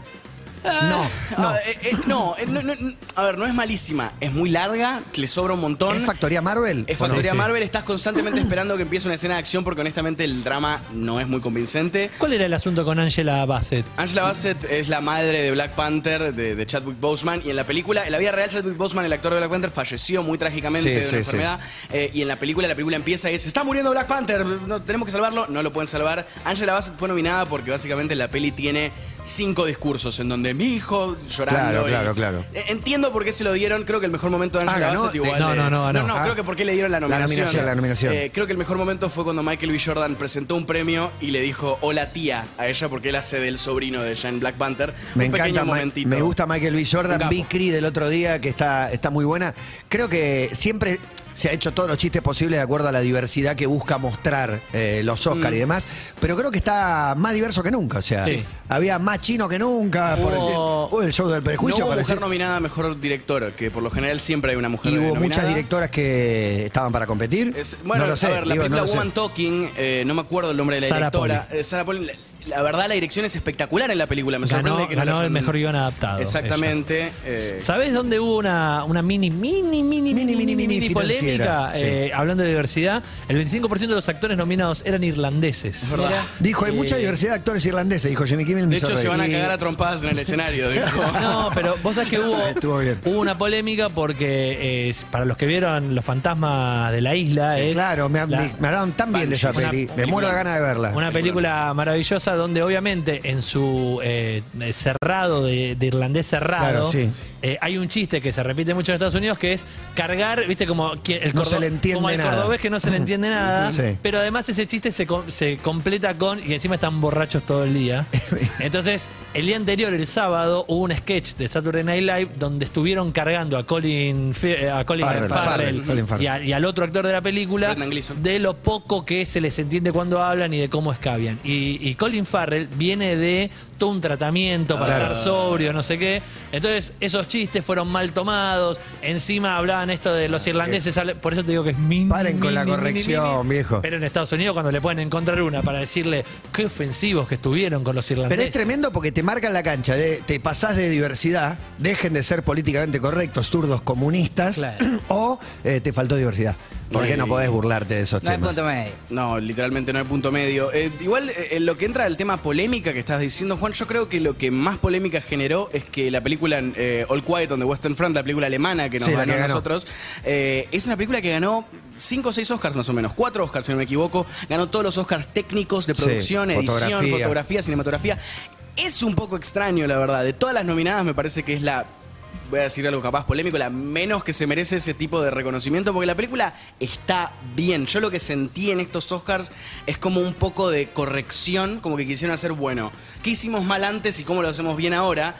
[SPEAKER 2] No, no.
[SPEAKER 1] Ah, eh, eh, no, eh, no, no, no. a ver, no es malísima, es muy larga, le sobra un montón.
[SPEAKER 2] ¿Es Factoría Marvel?
[SPEAKER 1] eh, Es
[SPEAKER 2] Bueno,
[SPEAKER 1] Factoría
[SPEAKER 4] sí.
[SPEAKER 1] Marvel, estás constantemente esperando que empiece una escena de acción porque honestamente el drama no es muy convincente.
[SPEAKER 4] ¿Cuál era el asunto con Angela Bassett?
[SPEAKER 1] Angela Bassett es la madre de Black Panther, de, de Chadwick Boseman, y en la película, en la vida real Chadwick Boseman, el actor de Black Panther, falleció muy trágicamente
[SPEAKER 2] Sí,
[SPEAKER 1] de una
[SPEAKER 2] sí, sí.
[SPEAKER 1] enfermedad, eh, y en la película, la película empieza y es, está muriendo Black Panther, no, tenemos que salvarlo, no lo pueden salvar. Angela Bassett fue nominada porque básicamente la peli tiene cinco discursos en donde mi hijo llorando.
[SPEAKER 2] Claro,
[SPEAKER 1] y-
[SPEAKER 2] claro, claro.
[SPEAKER 1] Eh, Entiendo por qué se lo dieron, creo que el mejor momento de Angela
[SPEAKER 2] Ah, ganó.
[SPEAKER 1] Bassett igual.
[SPEAKER 4] No,
[SPEAKER 1] eh,
[SPEAKER 4] no, no, ganó.
[SPEAKER 1] no,
[SPEAKER 2] Ah.
[SPEAKER 1] creo que por qué le dieron la
[SPEAKER 2] La
[SPEAKER 1] nominación.
[SPEAKER 2] nominación, la nominación.
[SPEAKER 1] Eh, creo que el mejor momento fue cuando Michael B. Jordan presentó un premio y le dijo hola tía a ella porque él hace del sobrino de ella en Black Panther.
[SPEAKER 2] Me
[SPEAKER 1] un pequeño
[SPEAKER 2] encanta, Ma-
[SPEAKER 1] momentito.
[SPEAKER 2] me gusta Michael B.
[SPEAKER 1] Un
[SPEAKER 2] Jordan,
[SPEAKER 1] capo.
[SPEAKER 2] vi Cree del otro día que está, está muy buena. Creo que siempre se ha hecho todos los chistes posibles de acuerdo a la diversidad que busca mostrar eh, los Oscar
[SPEAKER 1] Mm.
[SPEAKER 2] y demás. Pero creo que está más diverso que nunca. O sea,
[SPEAKER 4] Sí.
[SPEAKER 2] había más chino que nunca.
[SPEAKER 4] Hubo-
[SPEAKER 2] Por decir, Hubo el show del prejuicio.
[SPEAKER 1] no hubo
[SPEAKER 2] para
[SPEAKER 1] mujer
[SPEAKER 2] decir-
[SPEAKER 1] nominada a mejor director, que por lo general siempre hay una mujer
[SPEAKER 2] y hubo
[SPEAKER 1] nominada.
[SPEAKER 2] muchas directoras que estaban para competir.
[SPEAKER 1] Es- bueno,
[SPEAKER 2] no lo sé.
[SPEAKER 1] a ver, la
[SPEAKER 2] digo,
[SPEAKER 1] película
[SPEAKER 2] no lo sé.
[SPEAKER 1] Woman Talking, eh, no me acuerdo el nombre de la
[SPEAKER 4] Sarah
[SPEAKER 1] directora. eh, Sarah Paulin, la, la verdad, la dirección es espectacular en la película. Me
[SPEAKER 4] Ganó-
[SPEAKER 1] sorprende que no la
[SPEAKER 4] ganó el
[SPEAKER 1] hayan-
[SPEAKER 4] mejor guión adaptado,
[SPEAKER 1] Exactamente. eh,
[SPEAKER 4] ¿Sabés dónde hubo una, una mini, mini, mini, mini, mini, mini,
[SPEAKER 2] mini
[SPEAKER 4] polémica?
[SPEAKER 2] financiera? Sí.
[SPEAKER 4] Eh, hablando de diversidad, el 25% de los actores nominados eran irlandeses.
[SPEAKER 1] verdad.
[SPEAKER 3] Mirá.
[SPEAKER 2] Dijo, hay mucha diversidad de actores irlandeses, dijo Jimmy Kimmel. me
[SPEAKER 1] Eh, de hecho,
[SPEAKER 2] hizo
[SPEAKER 1] se van a
[SPEAKER 2] reír.
[SPEAKER 1] cagar a trompadas en el escenario. dijo.
[SPEAKER 4] No, pero vos sabés que hubo,
[SPEAKER 2] Estuvo bien.
[SPEAKER 4] hubo una polémica porque eh, para los que vieron Los Fantasmas de la Isla
[SPEAKER 2] Sí,
[SPEAKER 4] es
[SPEAKER 2] claro, me,
[SPEAKER 4] la-
[SPEAKER 2] me- me hablaban tan bien de esa
[SPEAKER 1] Banshees,
[SPEAKER 2] peli.
[SPEAKER 1] una
[SPEAKER 2] Me muero de
[SPEAKER 1] película-
[SPEAKER 2] ganas de verla.
[SPEAKER 4] Una película maravillosa donde obviamente en su eh, cerrado de, de irlandés cerrado
[SPEAKER 2] Claro, sí.
[SPEAKER 4] eh, hay un chiste que se repite mucho en Estados Unidos que es cargar, viste como que el,
[SPEAKER 2] No se le entiende
[SPEAKER 4] como el
[SPEAKER 2] nada.
[SPEAKER 4] cordobés que no se le entiende nada,
[SPEAKER 2] Sí.
[SPEAKER 4] pero además ese chiste se, com- se completa con y encima están borrachos todo el día. Entonces, el día anterior, el sábado, hubo un sketch de Saturday Night Live donde estuvieron cargando a Colin, Fe- eh, a Colin
[SPEAKER 2] Farrell,
[SPEAKER 4] Farrell,
[SPEAKER 2] Farrell, Colin Farrell.
[SPEAKER 4] y a- y al otro actor de la película
[SPEAKER 1] Brendan Gleeson.
[SPEAKER 4] de lo poco que se les entiende cuando hablan y de cómo escabian. Y, y Colin Farrell viene de todo un tratamiento para
[SPEAKER 2] Claro.
[SPEAKER 4] estar sobrio, no sé qué. Entonces, esos chistes fueron mal tomados. Encima hablaban esto de los irlandeses. habla- Por eso te digo que es mini.
[SPEAKER 2] Ah, Paren con la corrección, viejo.
[SPEAKER 4] Pero en Estados Unidos, cuando le pueden encontrar una para decirle qué ofensivos que estuvieron con los irlandeses.
[SPEAKER 2] Pero es tremendo porque te marcan la cancha, de- te pasás de diversidad, dejen de ser políticamente correctos, zurdos comunistas,
[SPEAKER 3] Claro.
[SPEAKER 2] o eh, te faltó diversidad. Porque
[SPEAKER 1] Sí.
[SPEAKER 2] no podés burlarte de esos
[SPEAKER 3] No hay
[SPEAKER 2] temas.
[SPEAKER 3] punto medio.
[SPEAKER 1] No, literalmente no hay punto medio. Eh, igual, eh, en lo que entra al tema polémica que estás diciendo, Juan, yo creo que lo que más polémica generó es que la película eh, All Quiet on the Western Front, la película alemana que nos
[SPEAKER 2] Sí, la
[SPEAKER 1] ganó,
[SPEAKER 2] que ganó.
[SPEAKER 1] nosotros, eh, es una película que ganó cinco o seis Oscars más o menos, cuatro Oscars si no me equivoco, ganó todos los Oscars técnicos de
[SPEAKER 2] Sí,
[SPEAKER 1] producción, edición,
[SPEAKER 2] fotografía.
[SPEAKER 1] fotografía, cinematografía. Es un poco extraño, la verdad. De todas las nominadas me parece que es la... Voy a decir algo capaz polémico, la menos que se merece ese tipo de reconocimiento, porque la película está bien. Yo lo que sentí en estos Oscars es como un poco de corrección, como que quisieron hacer bueno. ¿Qué hicimos mal antes y cómo lo hacemos bien ahora?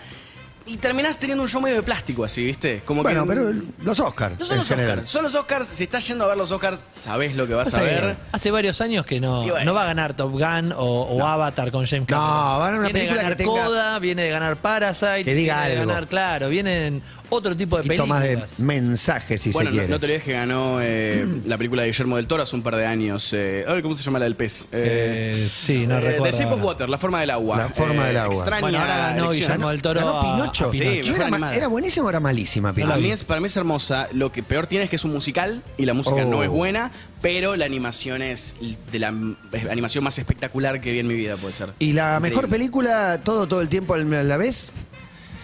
[SPEAKER 1] Y terminás teniendo un show medio de plástico así, ¿viste? Como
[SPEAKER 2] Bueno,
[SPEAKER 1] que,
[SPEAKER 2] pero el- los Oscars.
[SPEAKER 1] no son
[SPEAKER 2] en
[SPEAKER 1] los
[SPEAKER 2] general.
[SPEAKER 1] Oscars. Son los Oscars. Si estás yendo a ver los Oscars, sabés lo que vas a
[SPEAKER 4] Hace-
[SPEAKER 1] ver.
[SPEAKER 4] Hace varios años que no,
[SPEAKER 1] Y bueno.
[SPEAKER 4] no va a ganar Top Gun o, o Avatar con James
[SPEAKER 2] No,
[SPEAKER 4] Cameron.
[SPEAKER 2] va a ganar una
[SPEAKER 4] viene
[SPEAKER 2] película
[SPEAKER 4] de ganar
[SPEAKER 2] que tenga-
[SPEAKER 4] Coda, viene de ganar Parasite,
[SPEAKER 2] Que diga
[SPEAKER 4] viene de
[SPEAKER 2] algo.
[SPEAKER 4] ganar, claro, vienen otro tipo de
[SPEAKER 2] Un poquito más de
[SPEAKER 4] películas.
[SPEAKER 2] mensajes, si
[SPEAKER 1] bueno,
[SPEAKER 2] se
[SPEAKER 1] no,
[SPEAKER 2] quiere.
[SPEAKER 1] no te olvides que ganó eh, la película de Guillermo del Toro hace un par de años. eh, ay, ¿Cómo se llama la del pez?
[SPEAKER 4] Eh, sí, no recuerdo
[SPEAKER 1] The Shape of
[SPEAKER 4] ahora.
[SPEAKER 1] Water, la forma del agua. Eh,
[SPEAKER 2] La forma del agua.
[SPEAKER 1] Extraña
[SPEAKER 4] Bueno, ahora ganó
[SPEAKER 1] elección.
[SPEAKER 4] Guillermo del Toro
[SPEAKER 2] Ganó
[SPEAKER 4] a-
[SPEAKER 2] Pinocho.
[SPEAKER 4] a
[SPEAKER 1] Sí,
[SPEAKER 2] Pinocho.
[SPEAKER 1] mejor
[SPEAKER 2] Era, ma-
[SPEAKER 1] animada.
[SPEAKER 2] era buenísima o era malísima, Pinocho.
[SPEAKER 1] Para mí, es, para mí es hermosa. Lo que peor tiene es que es un musical y la música
[SPEAKER 2] Oh.
[SPEAKER 1] no es buena, pero la animación es de la m- es- animación más espectacular que vi en mi vida, puede ser.
[SPEAKER 2] Y la
[SPEAKER 1] Increíble.
[SPEAKER 2] mejor película, todo, todo el tiempo a la vez.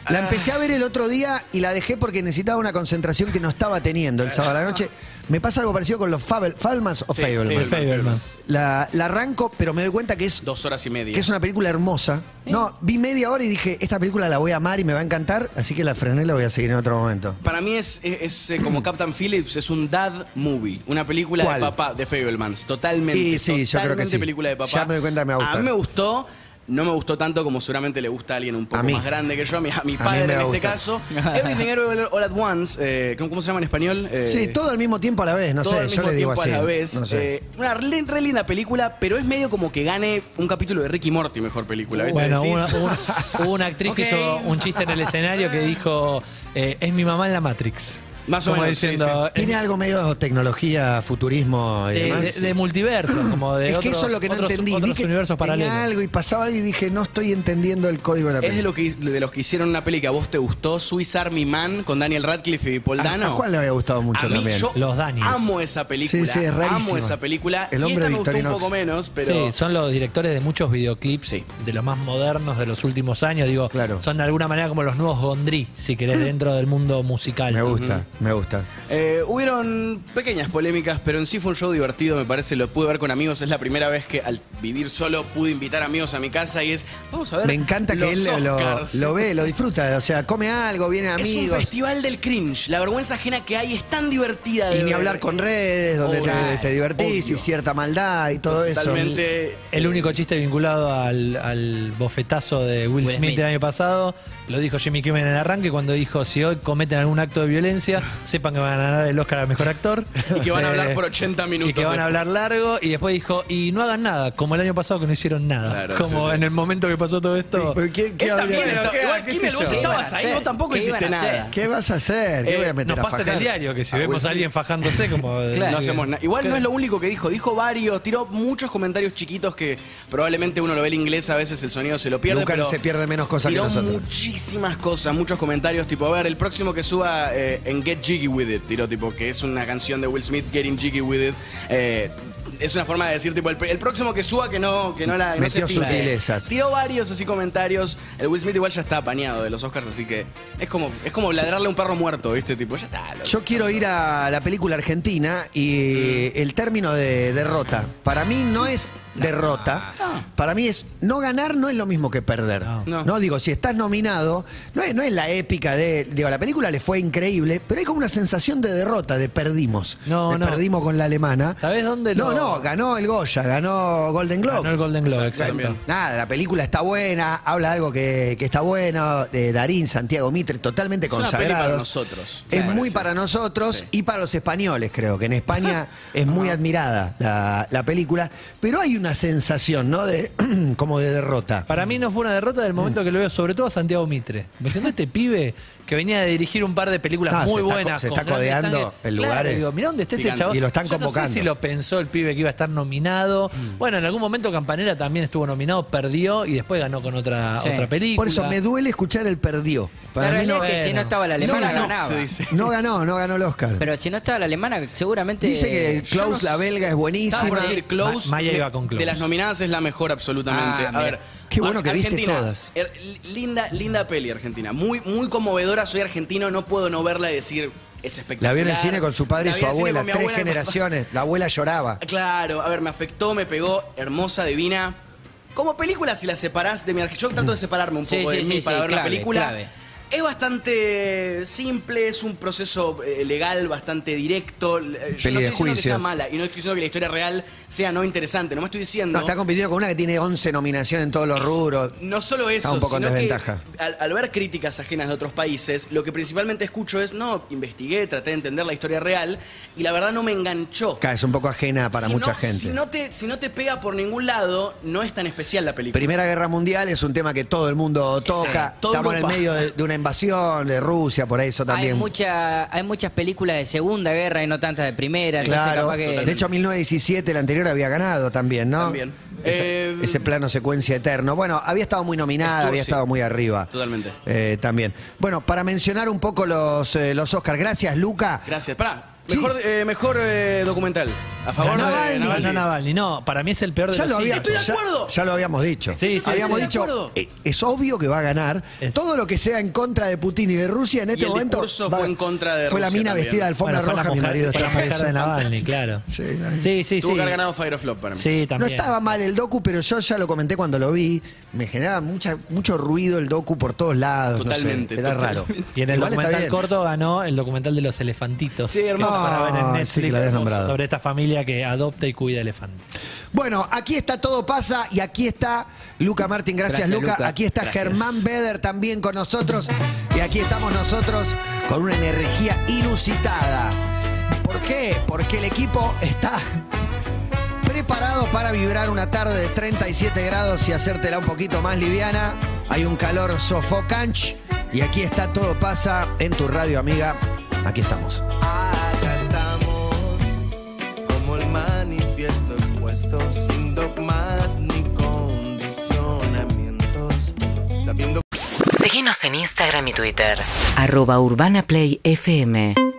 [SPEAKER 1] Ah.
[SPEAKER 2] La empecé a ver el otro día y la dejé porque necesitaba una concentración que no estaba teniendo el sábado a la noche. Me pasa algo parecido con los Fabel, Fabelmans o
[SPEAKER 1] Sí,
[SPEAKER 2] Fabelmans.
[SPEAKER 1] Fabelmans.
[SPEAKER 4] Fabelmans.
[SPEAKER 2] La, la arranco, pero me doy cuenta que es,
[SPEAKER 1] Dos horas y media.
[SPEAKER 2] que es una película hermosa. No, vi media hora y dije, esta película la voy a amar y me va a encantar, así que la frené y la voy a seguir en otro momento.
[SPEAKER 1] Para mí es, es- es, eh, como Captain Phillips, es un dad movie, una película
[SPEAKER 2] ¿Cuál?
[SPEAKER 1] de papá de Fablemans, totalmente.
[SPEAKER 2] Y sí,
[SPEAKER 1] totalmente
[SPEAKER 2] yo creo que sí.
[SPEAKER 1] película de papá.
[SPEAKER 2] Ya me doy cuenta que me va a gustar.
[SPEAKER 1] mí me gustó, no me gustó tanto como seguramente le gusta a alguien un
[SPEAKER 2] A
[SPEAKER 1] poco
[SPEAKER 2] mí.
[SPEAKER 1] más grande que yo, a mi, a mi
[SPEAKER 2] mí
[SPEAKER 1] padre
[SPEAKER 2] me
[SPEAKER 1] en
[SPEAKER 2] va a
[SPEAKER 1] este
[SPEAKER 2] gustar.
[SPEAKER 1] caso. Everything Everywhere All at Once, eh, ¿cómo, cómo se llama en español? Eh,
[SPEAKER 2] Sí, todo al mismo tiempo a la vez, no
[SPEAKER 1] todo
[SPEAKER 2] sé,
[SPEAKER 1] al
[SPEAKER 2] yo
[SPEAKER 1] mismo
[SPEAKER 2] le digo
[SPEAKER 1] tiempo
[SPEAKER 2] así.
[SPEAKER 1] a la vez.
[SPEAKER 2] no sé.
[SPEAKER 1] Eh, una re, re linda película, pero es medio como que gane un capítulo de Ricky Morty, mejor película. ¿viste?
[SPEAKER 4] Bueno,
[SPEAKER 1] Decís-
[SPEAKER 4] una, una- una actriz
[SPEAKER 1] Ok.
[SPEAKER 4] que hizo un chiste en el escenario que dijo, eh, es mi mamá en la Matrix.
[SPEAKER 1] Más o
[SPEAKER 4] Como
[SPEAKER 1] menos, sí,
[SPEAKER 4] diciendo,
[SPEAKER 2] Tiene algo medio tecnología, futurismo y
[SPEAKER 1] Eh,
[SPEAKER 4] de,
[SPEAKER 2] demás.
[SPEAKER 4] de- de multiverso, como de
[SPEAKER 2] es
[SPEAKER 4] otros,
[SPEAKER 2] que eso es lo que no
[SPEAKER 4] otros-
[SPEAKER 2] entendí.
[SPEAKER 4] otros
[SPEAKER 2] Vi que
[SPEAKER 4] universos
[SPEAKER 2] tenía
[SPEAKER 4] paralelos.
[SPEAKER 2] algo y pasaba algo y dije, no estoy entendiendo el código de la
[SPEAKER 1] Es de,
[SPEAKER 2] película.
[SPEAKER 1] lo que, de los que hicieron una peli que a vos te gustó, Swiss Army Man, con Daniel Radcliffe y Paul
[SPEAKER 2] A-
[SPEAKER 1] Dano.
[SPEAKER 2] A, Juan le había gustado mucho
[SPEAKER 1] a mí,
[SPEAKER 2] también.
[SPEAKER 1] Yo
[SPEAKER 4] Los Daniels.
[SPEAKER 1] amo esa película.
[SPEAKER 2] Sí, sí, es rarísima.
[SPEAKER 1] amo esa película.
[SPEAKER 2] El
[SPEAKER 1] y
[SPEAKER 2] hombre
[SPEAKER 1] esta me gustó un
[SPEAKER 2] Victorinox.
[SPEAKER 1] poco menos, pero...
[SPEAKER 4] Sí, son los directores de muchos videoclips,
[SPEAKER 1] Sí.
[SPEAKER 4] de los más modernos de los últimos años. Digo,
[SPEAKER 2] Claro.
[SPEAKER 4] son de alguna manera como los nuevos Gondry, si querés,
[SPEAKER 1] Mm.
[SPEAKER 4] dentro del mundo musical.
[SPEAKER 2] Me gusta, me gusta.
[SPEAKER 1] Eh, hubieron pequeñas polémicas, pero en sí fue un show divertido, me parece. Lo pude ver con amigos. Es la primera vez que al vivir solo pude invitar amigos a mi casa y es... Vamos a ver
[SPEAKER 2] Me encanta que
[SPEAKER 1] los
[SPEAKER 2] él lo,
[SPEAKER 1] Oscars.
[SPEAKER 2] lo ve, lo disfruta. O sea, come algo, viene
[SPEAKER 1] Es
[SPEAKER 2] amigos.
[SPEAKER 1] un festival del cringe. La vergüenza ajena que hay es tan divertida. de
[SPEAKER 2] Y ni
[SPEAKER 1] ver.
[SPEAKER 2] hablar con redes, donde te,
[SPEAKER 1] Obvio.
[SPEAKER 2] te divertís y
[SPEAKER 1] Obvio.
[SPEAKER 2] cierta maldad y todo eso.
[SPEAKER 1] Totalmente...
[SPEAKER 4] El único chiste vinculado al, al bofetazo de Will,
[SPEAKER 3] Will
[SPEAKER 4] Smith,
[SPEAKER 3] Smith.
[SPEAKER 4] el año pasado lo dijo Jimmy Kimmel en el arranque cuando dijo si hoy cometen algún acto de violencia
[SPEAKER 1] Claro.
[SPEAKER 4] Sepan que van a ganar el Oscar al mejor actor.
[SPEAKER 1] Y que van a hablar
[SPEAKER 4] Eh,
[SPEAKER 1] por 80 minutos
[SPEAKER 4] Y que van a hablar largo. Y después dijo, y no hagan nada, como el año pasado que no hicieron nada.
[SPEAKER 1] Claro,
[SPEAKER 4] como
[SPEAKER 1] sí, sí.
[SPEAKER 4] en el momento que pasó todo esto.
[SPEAKER 2] Pero ¿qué- qué
[SPEAKER 1] Él
[SPEAKER 2] habría-
[SPEAKER 1] también estaba- Igual,
[SPEAKER 4] qué
[SPEAKER 1] Kimmel,
[SPEAKER 4] sé
[SPEAKER 1] vos
[SPEAKER 4] yo.
[SPEAKER 1] estabas
[SPEAKER 3] ¿Qué
[SPEAKER 1] ahí,
[SPEAKER 3] iban a
[SPEAKER 1] vos tampoco
[SPEAKER 3] hacer? ¿Qué
[SPEAKER 1] hiciste
[SPEAKER 3] iban a
[SPEAKER 1] nada.
[SPEAKER 3] hacer?
[SPEAKER 2] ¿Qué vas a hacer? ¿Qué
[SPEAKER 1] Eh,
[SPEAKER 2] voy a meter
[SPEAKER 4] Nos
[SPEAKER 2] a
[SPEAKER 4] pasa en el
[SPEAKER 2] fajar?
[SPEAKER 4] diario que si
[SPEAKER 2] Ah,
[SPEAKER 4] vemos
[SPEAKER 2] bueno.
[SPEAKER 4] a alguien fajándose como... eh,
[SPEAKER 3] Claro.
[SPEAKER 1] No hacemos nada. Igual no es lo único que dijo. Dijo varios, tiró muchos comentarios chiquitos que probablemente uno lo ve en inglés, a veces el sonido se lo pierde.
[SPEAKER 2] Lucan
[SPEAKER 1] pero
[SPEAKER 2] se pierde menos cosas que
[SPEAKER 1] tiró
[SPEAKER 2] nosotros.
[SPEAKER 1] muchísimas cosas, muchos comentarios. Tipo, a ver, el próximo que suba eh, en Get Jiggy With It, tiró tipo, que es una canción de Will Smith, Getting Jiggy With It. eh, es una forma de decir, tipo, el, pr- el próximo que suba que no, que no la. que no se
[SPEAKER 2] Metió
[SPEAKER 1] pique.
[SPEAKER 2] sutilezas.
[SPEAKER 1] Tiró varios así comentarios. El Will Smith igual ya está apañado de los Oscars, así que es como, es como ladrarle a un perro muerto, ¿viste? Tipo, ya está. loco.
[SPEAKER 2] Yo quiero ir a la película argentina y el término de derrota. Para mí no es derrota. Para mí es no ganar no es lo mismo que perder. No,
[SPEAKER 1] No.
[SPEAKER 2] digo, si estás nominado, no es, no es la épica de. Digo, la película le fue increíble, pero hay como una sensación de derrota, de perdimos.
[SPEAKER 4] No,
[SPEAKER 2] De
[SPEAKER 4] no.
[SPEAKER 2] Perdimos con la alemana.
[SPEAKER 4] ¿Sabés dónde
[SPEAKER 2] No,
[SPEAKER 4] lo-
[SPEAKER 2] no, ganó el Goya, ganó Golden Globe.
[SPEAKER 4] Ganó el Golden Globe,
[SPEAKER 1] Exacto.
[SPEAKER 4] exacto.
[SPEAKER 2] Nada, la película está buena, habla de algo que, que está bueno, de Darín, Santiago Mitre, totalmente
[SPEAKER 1] una peli
[SPEAKER 2] consagrados.
[SPEAKER 1] para nosotros,
[SPEAKER 2] Es
[SPEAKER 1] me
[SPEAKER 2] muy
[SPEAKER 1] parece.
[SPEAKER 2] para nosotros
[SPEAKER 1] Sí.
[SPEAKER 2] y para los españoles, creo, que en España es muy admirada la, la película, pero hay una sensación, ¿no? De, como de derrota.
[SPEAKER 4] Para mí no fue una derrota del momento que lo veo, sobre todo a Santiago Mitre. Me siento este pibe que venía de dirigir un par de películas
[SPEAKER 2] Ah, se
[SPEAKER 4] muy
[SPEAKER 2] está co-
[SPEAKER 4] buenas.
[SPEAKER 2] se
[SPEAKER 4] con
[SPEAKER 2] está
[SPEAKER 4] grandes
[SPEAKER 2] codeando
[SPEAKER 4] tanques.
[SPEAKER 2] en
[SPEAKER 4] Claro,
[SPEAKER 2] lugares
[SPEAKER 4] digo, mirá dónde está este
[SPEAKER 1] gigantes.
[SPEAKER 4] chaval.
[SPEAKER 2] Y lo están
[SPEAKER 4] Yo No sé
[SPEAKER 2] convocando. Mm.
[SPEAKER 4] si lo pensó el pibe que iba a estar nominado. Bueno, en algún momento Campanera también estuvo nominado, perdió y después ganó con otra,
[SPEAKER 3] Sí.
[SPEAKER 4] otra película.
[SPEAKER 2] Por eso me duele escuchar el perdió.
[SPEAKER 3] La
[SPEAKER 2] Para mí
[SPEAKER 3] realidad
[SPEAKER 4] no
[SPEAKER 3] es que si
[SPEAKER 4] era.
[SPEAKER 3] no estaba la
[SPEAKER 2] No,
[SPEAKER 3] alemana
[SPEAKER 2] no,
[SPEAKER 3] ganaba.
[SPEAKER 1] se dice.
[SPEAKER 2] no ganó, no ganó el Oscar.
[SPEAKER 3] Pero si no estaba la alemana, seguramente.
[SPEAKER 2] Dice que
[SPEAKER 1] eh,
[SPEAKER 2] Klaus, la belga, es
[SPEAKER 1] Estaba
[SPEAKER 2] buenísima.
[SPEAKER 1] por decir, Close,
[SPEAKER 4] Ma- Maya
[SPEAKER 1] de-
[SPEAKER 4] iba con Close.
[SPEAKER 1] de las nominadas es la mejor absolutamente.
[SPEAKER 3] Ah,
[SPEAKER 1] a ver,
[SPEAKER 3] mira.
[SPEAKER 2] Qué bueno que viste
[SPEAKER 1] Argentina,
[SPEAKER 2] todas.
[SPEAKER 1] er- linda, linda peli Argentina, muy, muy conmovedora. Soy argentino, no puedo no verla y decir es espectacular.
[SPEAKER 2] La vio en el cine con su padre y
[SPEAKER 1] La vi
[SPEAKER 2] su
[SPEAKER 1] en el cine
[SPEAKER 2] abuela,
[SPEAKER 1] con mi
[SPEAKER 2] tres
[SPEAKER 1] abuela y mi papá.
[SPEAKER 2] generaciones. La abuela lloraba.
[SPEAKER 1] Claro, a ver, me afectó, me pegó, hermosa, divina. Como película, si la separás de mi arqui- yo trato de separarme un
[SPEAKER 3] Sí,
[SPEAKER 1] poco de
[SPEAKER 3] sí,
[SPEAKER 1] mí
[SPEAKER 3] sí,
[SPEAKER 1] para
[SPEAKER 3] sí,
[SPEAKER 1] ver una
[SPEAKER 3] clave,
[SPEAKER 1] película.
[SPEAKER 3] clave.
[SPEAKER 1] Es bastante simple, es un proceso eh, legal bastante directo. L- eh, Yo
[SPEAKER 2] Peli
[SPEAKER 1] no
[SPEAKER 2] de
[SPEAKER 1] estoy diciendo que
[SPEAKER 2] juicio.
[SPEAKER 1] sea mala y no estoy diciendo que la historia real sea no interesante. No me estoy diciendo.
[SPEAKER 2] No, está compitiendo con una que tiene 11 nominaciones en todos los rubros.
[SPEAKER 1] No solo eso,
[SPEAKER 2] Está un poco en
[SPEAKER 1] sino que
[SPEAKER 2] desventaja.
[SPEAKER 1] al, al ver críticas ajenas de otros países, lo que principalmente escucho es, no, investigué, traté de entender la historia real y la verdad no me enganchó.
[SPEAKER 2] Claro, Es un poco ajena para
[SPEAKER 1] Si no-
[SPEAKER 2] mucha gente.
[SPEAKER 1] Si no, te, si no te pega por ningún lado, no es tan especial la película.
[SPEAKER 2] Primera Guerra Mundial es un tema que todo el mundo toca.
[SPEAKER 1] Exacto, todo
[SPEAKER 2] Estamos en
[SPEAKER 1] Europa.
[SPEAKER 2] el medio de, de una invasión de Rusia, por eso también.
[SPEAKER 3] Hay, mucha, hay muchas películas de segunda guerra y no tantas de primera. entonces
[SPEAKER 2] Claro.
[SPEAKER 3] capaz que-
[SPEAKER 2] De hecho, 1917, el anterior había ganado también, ¿no?
[SPEAKER 1] También.
[SPEAKER 2] Ese,
[SPEAKER 1] Eh,
[SPEAKER 2] ese plano secuencia eterno. Bueno, había estado muy nominada,
[SPEAKER 1] Estuvo,
[SPEAKER 2] había
[SPEAKER 1] sí.
[SPEAKER 2] estado muy arriba.
[SPEAKER 1] Totalmente.
[SPEAKER 2] Eh, también. Bueno, para mencionar un poco los, eh, los Oscars. Gracias, Luca.
[SPEAKER 1] Gracias. Pará,
[SPEAKER 2] Sí.
[SPEAKER 1] mejor, eh, mejor eh, documental. A favor
[SPEAKER 2] Ganó
[SPEAKER 1] de
[SPEAKER 2] Navalny.
[SPEAKER 4] No,
[SPEAKER 1] Navalny.
[SPEAKER 4] no, Navalny, no, para mí es el peor de
[SPEAKER 2] Ya
[SPEAKER 4] los
[SPEAKER 2] lo, había-
[SPEAKER 4] cinco.
[SPEAKER 1] Estoy de
[SPEAKER 2] ya-
[SPEAKER 1] acuerdo.
[SPEAKER 2] ya lo habíamos dicho.
[SPEAKER 4] Sí, sí, sí.
[SPEAKER 2] habíamos
[SPEAKER 1] Estoy de
[SPEAKER 2] dicho,
[SPEAKER 1] acuerdo.
[SPEAKER 2] eh, es obvio que va a ganar.
[SPEAKER 4] Es-
[SPEAKER 2] Todo lo que sea en contra de Putin y de Rusia en este
[SPEAKER 1] el
[SPEAKER 2] momento.
[SPEAKER 1] discurso
[SPEAKER 2] va-
[SPEAKER 1] fue en contra de
[SPEAKER 2] Fue la
[SPEAKER 1] Rusia
[SPEAKER 2] mina
[SPEAKER 1] también.
[SPEAKER 2] vestida de alfombra
[SPEAKER 4] Bueno, fue
[SPEAKER 2] roja,
[SPEAKER 4] la
[SPEAKER 2] mi
[SPEAKER 4] mujer-
[SPEAKER 2] marido
[SPEAKER 4] fue la
[SPEAKER 2] está
[SPEAKER 4] mujer de Navalny, claro.
[SPEAKER 2] Sí,
[SPEAKER 4] Sí, sí, sí.
[SPEAKER 1] Tuvo que haber ganado Fire of Love para mí.
[SPEAKER 4] Sí,
[SPEAKER 2] No
[SPEAKER 4] también.
[SPEAKER 2] estaba mal el docu, pero yo ya lo comenté cuando lo vi. Me generaba mucha, mucho ruido el docu por todos lados. no sé,
[SPEAKER 1] Totalmente,
[SPEAKER 2] era
[SPEAKER 1] totalmente.
[SPEAKER 2] raro.
[SPEAKER 4] Y en el
[SPEAKER 2] Igual está
[SPEAKER 4] documental
[SPEAKER 2] bien.
[SPEAKER 4] corto ganó el documental de los elefantitos.
[SPEAKER 1] Sí, hermoso.
[SPEAKER 4] Que Para ver en
[SPEAKER 2] Ah,
[SPEAKER 4] Netflix,
[SPEAKER 2] sí, que lo habías
[SPEAKER 4] hermoso,
[SPEAKER 2] nombrado.
[SPEAKER 4] Sobre esta familia que adopta y cuida elefantes.
[SPEAKER 2] Bueno, aquí está Todo Pasa y aquí está Luca Martín. Gracias,
[SPEAKER 3] Gracias,
[SPEAKER 2] Luca.
[SPEAKER 3] Luca.
[SPEAKER 2] Aquí está
[SPEAKER 1] Gracias.
[SPEAKER 2] Germán Beder también con nosotros. Y aquí estamos nosotros con una energía inusitada. ¿Por qué? Porque el equipo está preparado para vibrar una tarde de 37 grados y hacértela un poquito más liviana. Hay un calor sofocante y aquí está Todo Pasa en tu radio, amiga. Aquí estamos.
[SPEAKER 5] Acá estamos, como el manifiesto expuesto, sin dogmas ni condicionamientos, sabiendo
[SPEAKER 6] Seguinos en Instagram y Twitter.
[SPEAKER 7] arroba urbanaplayfm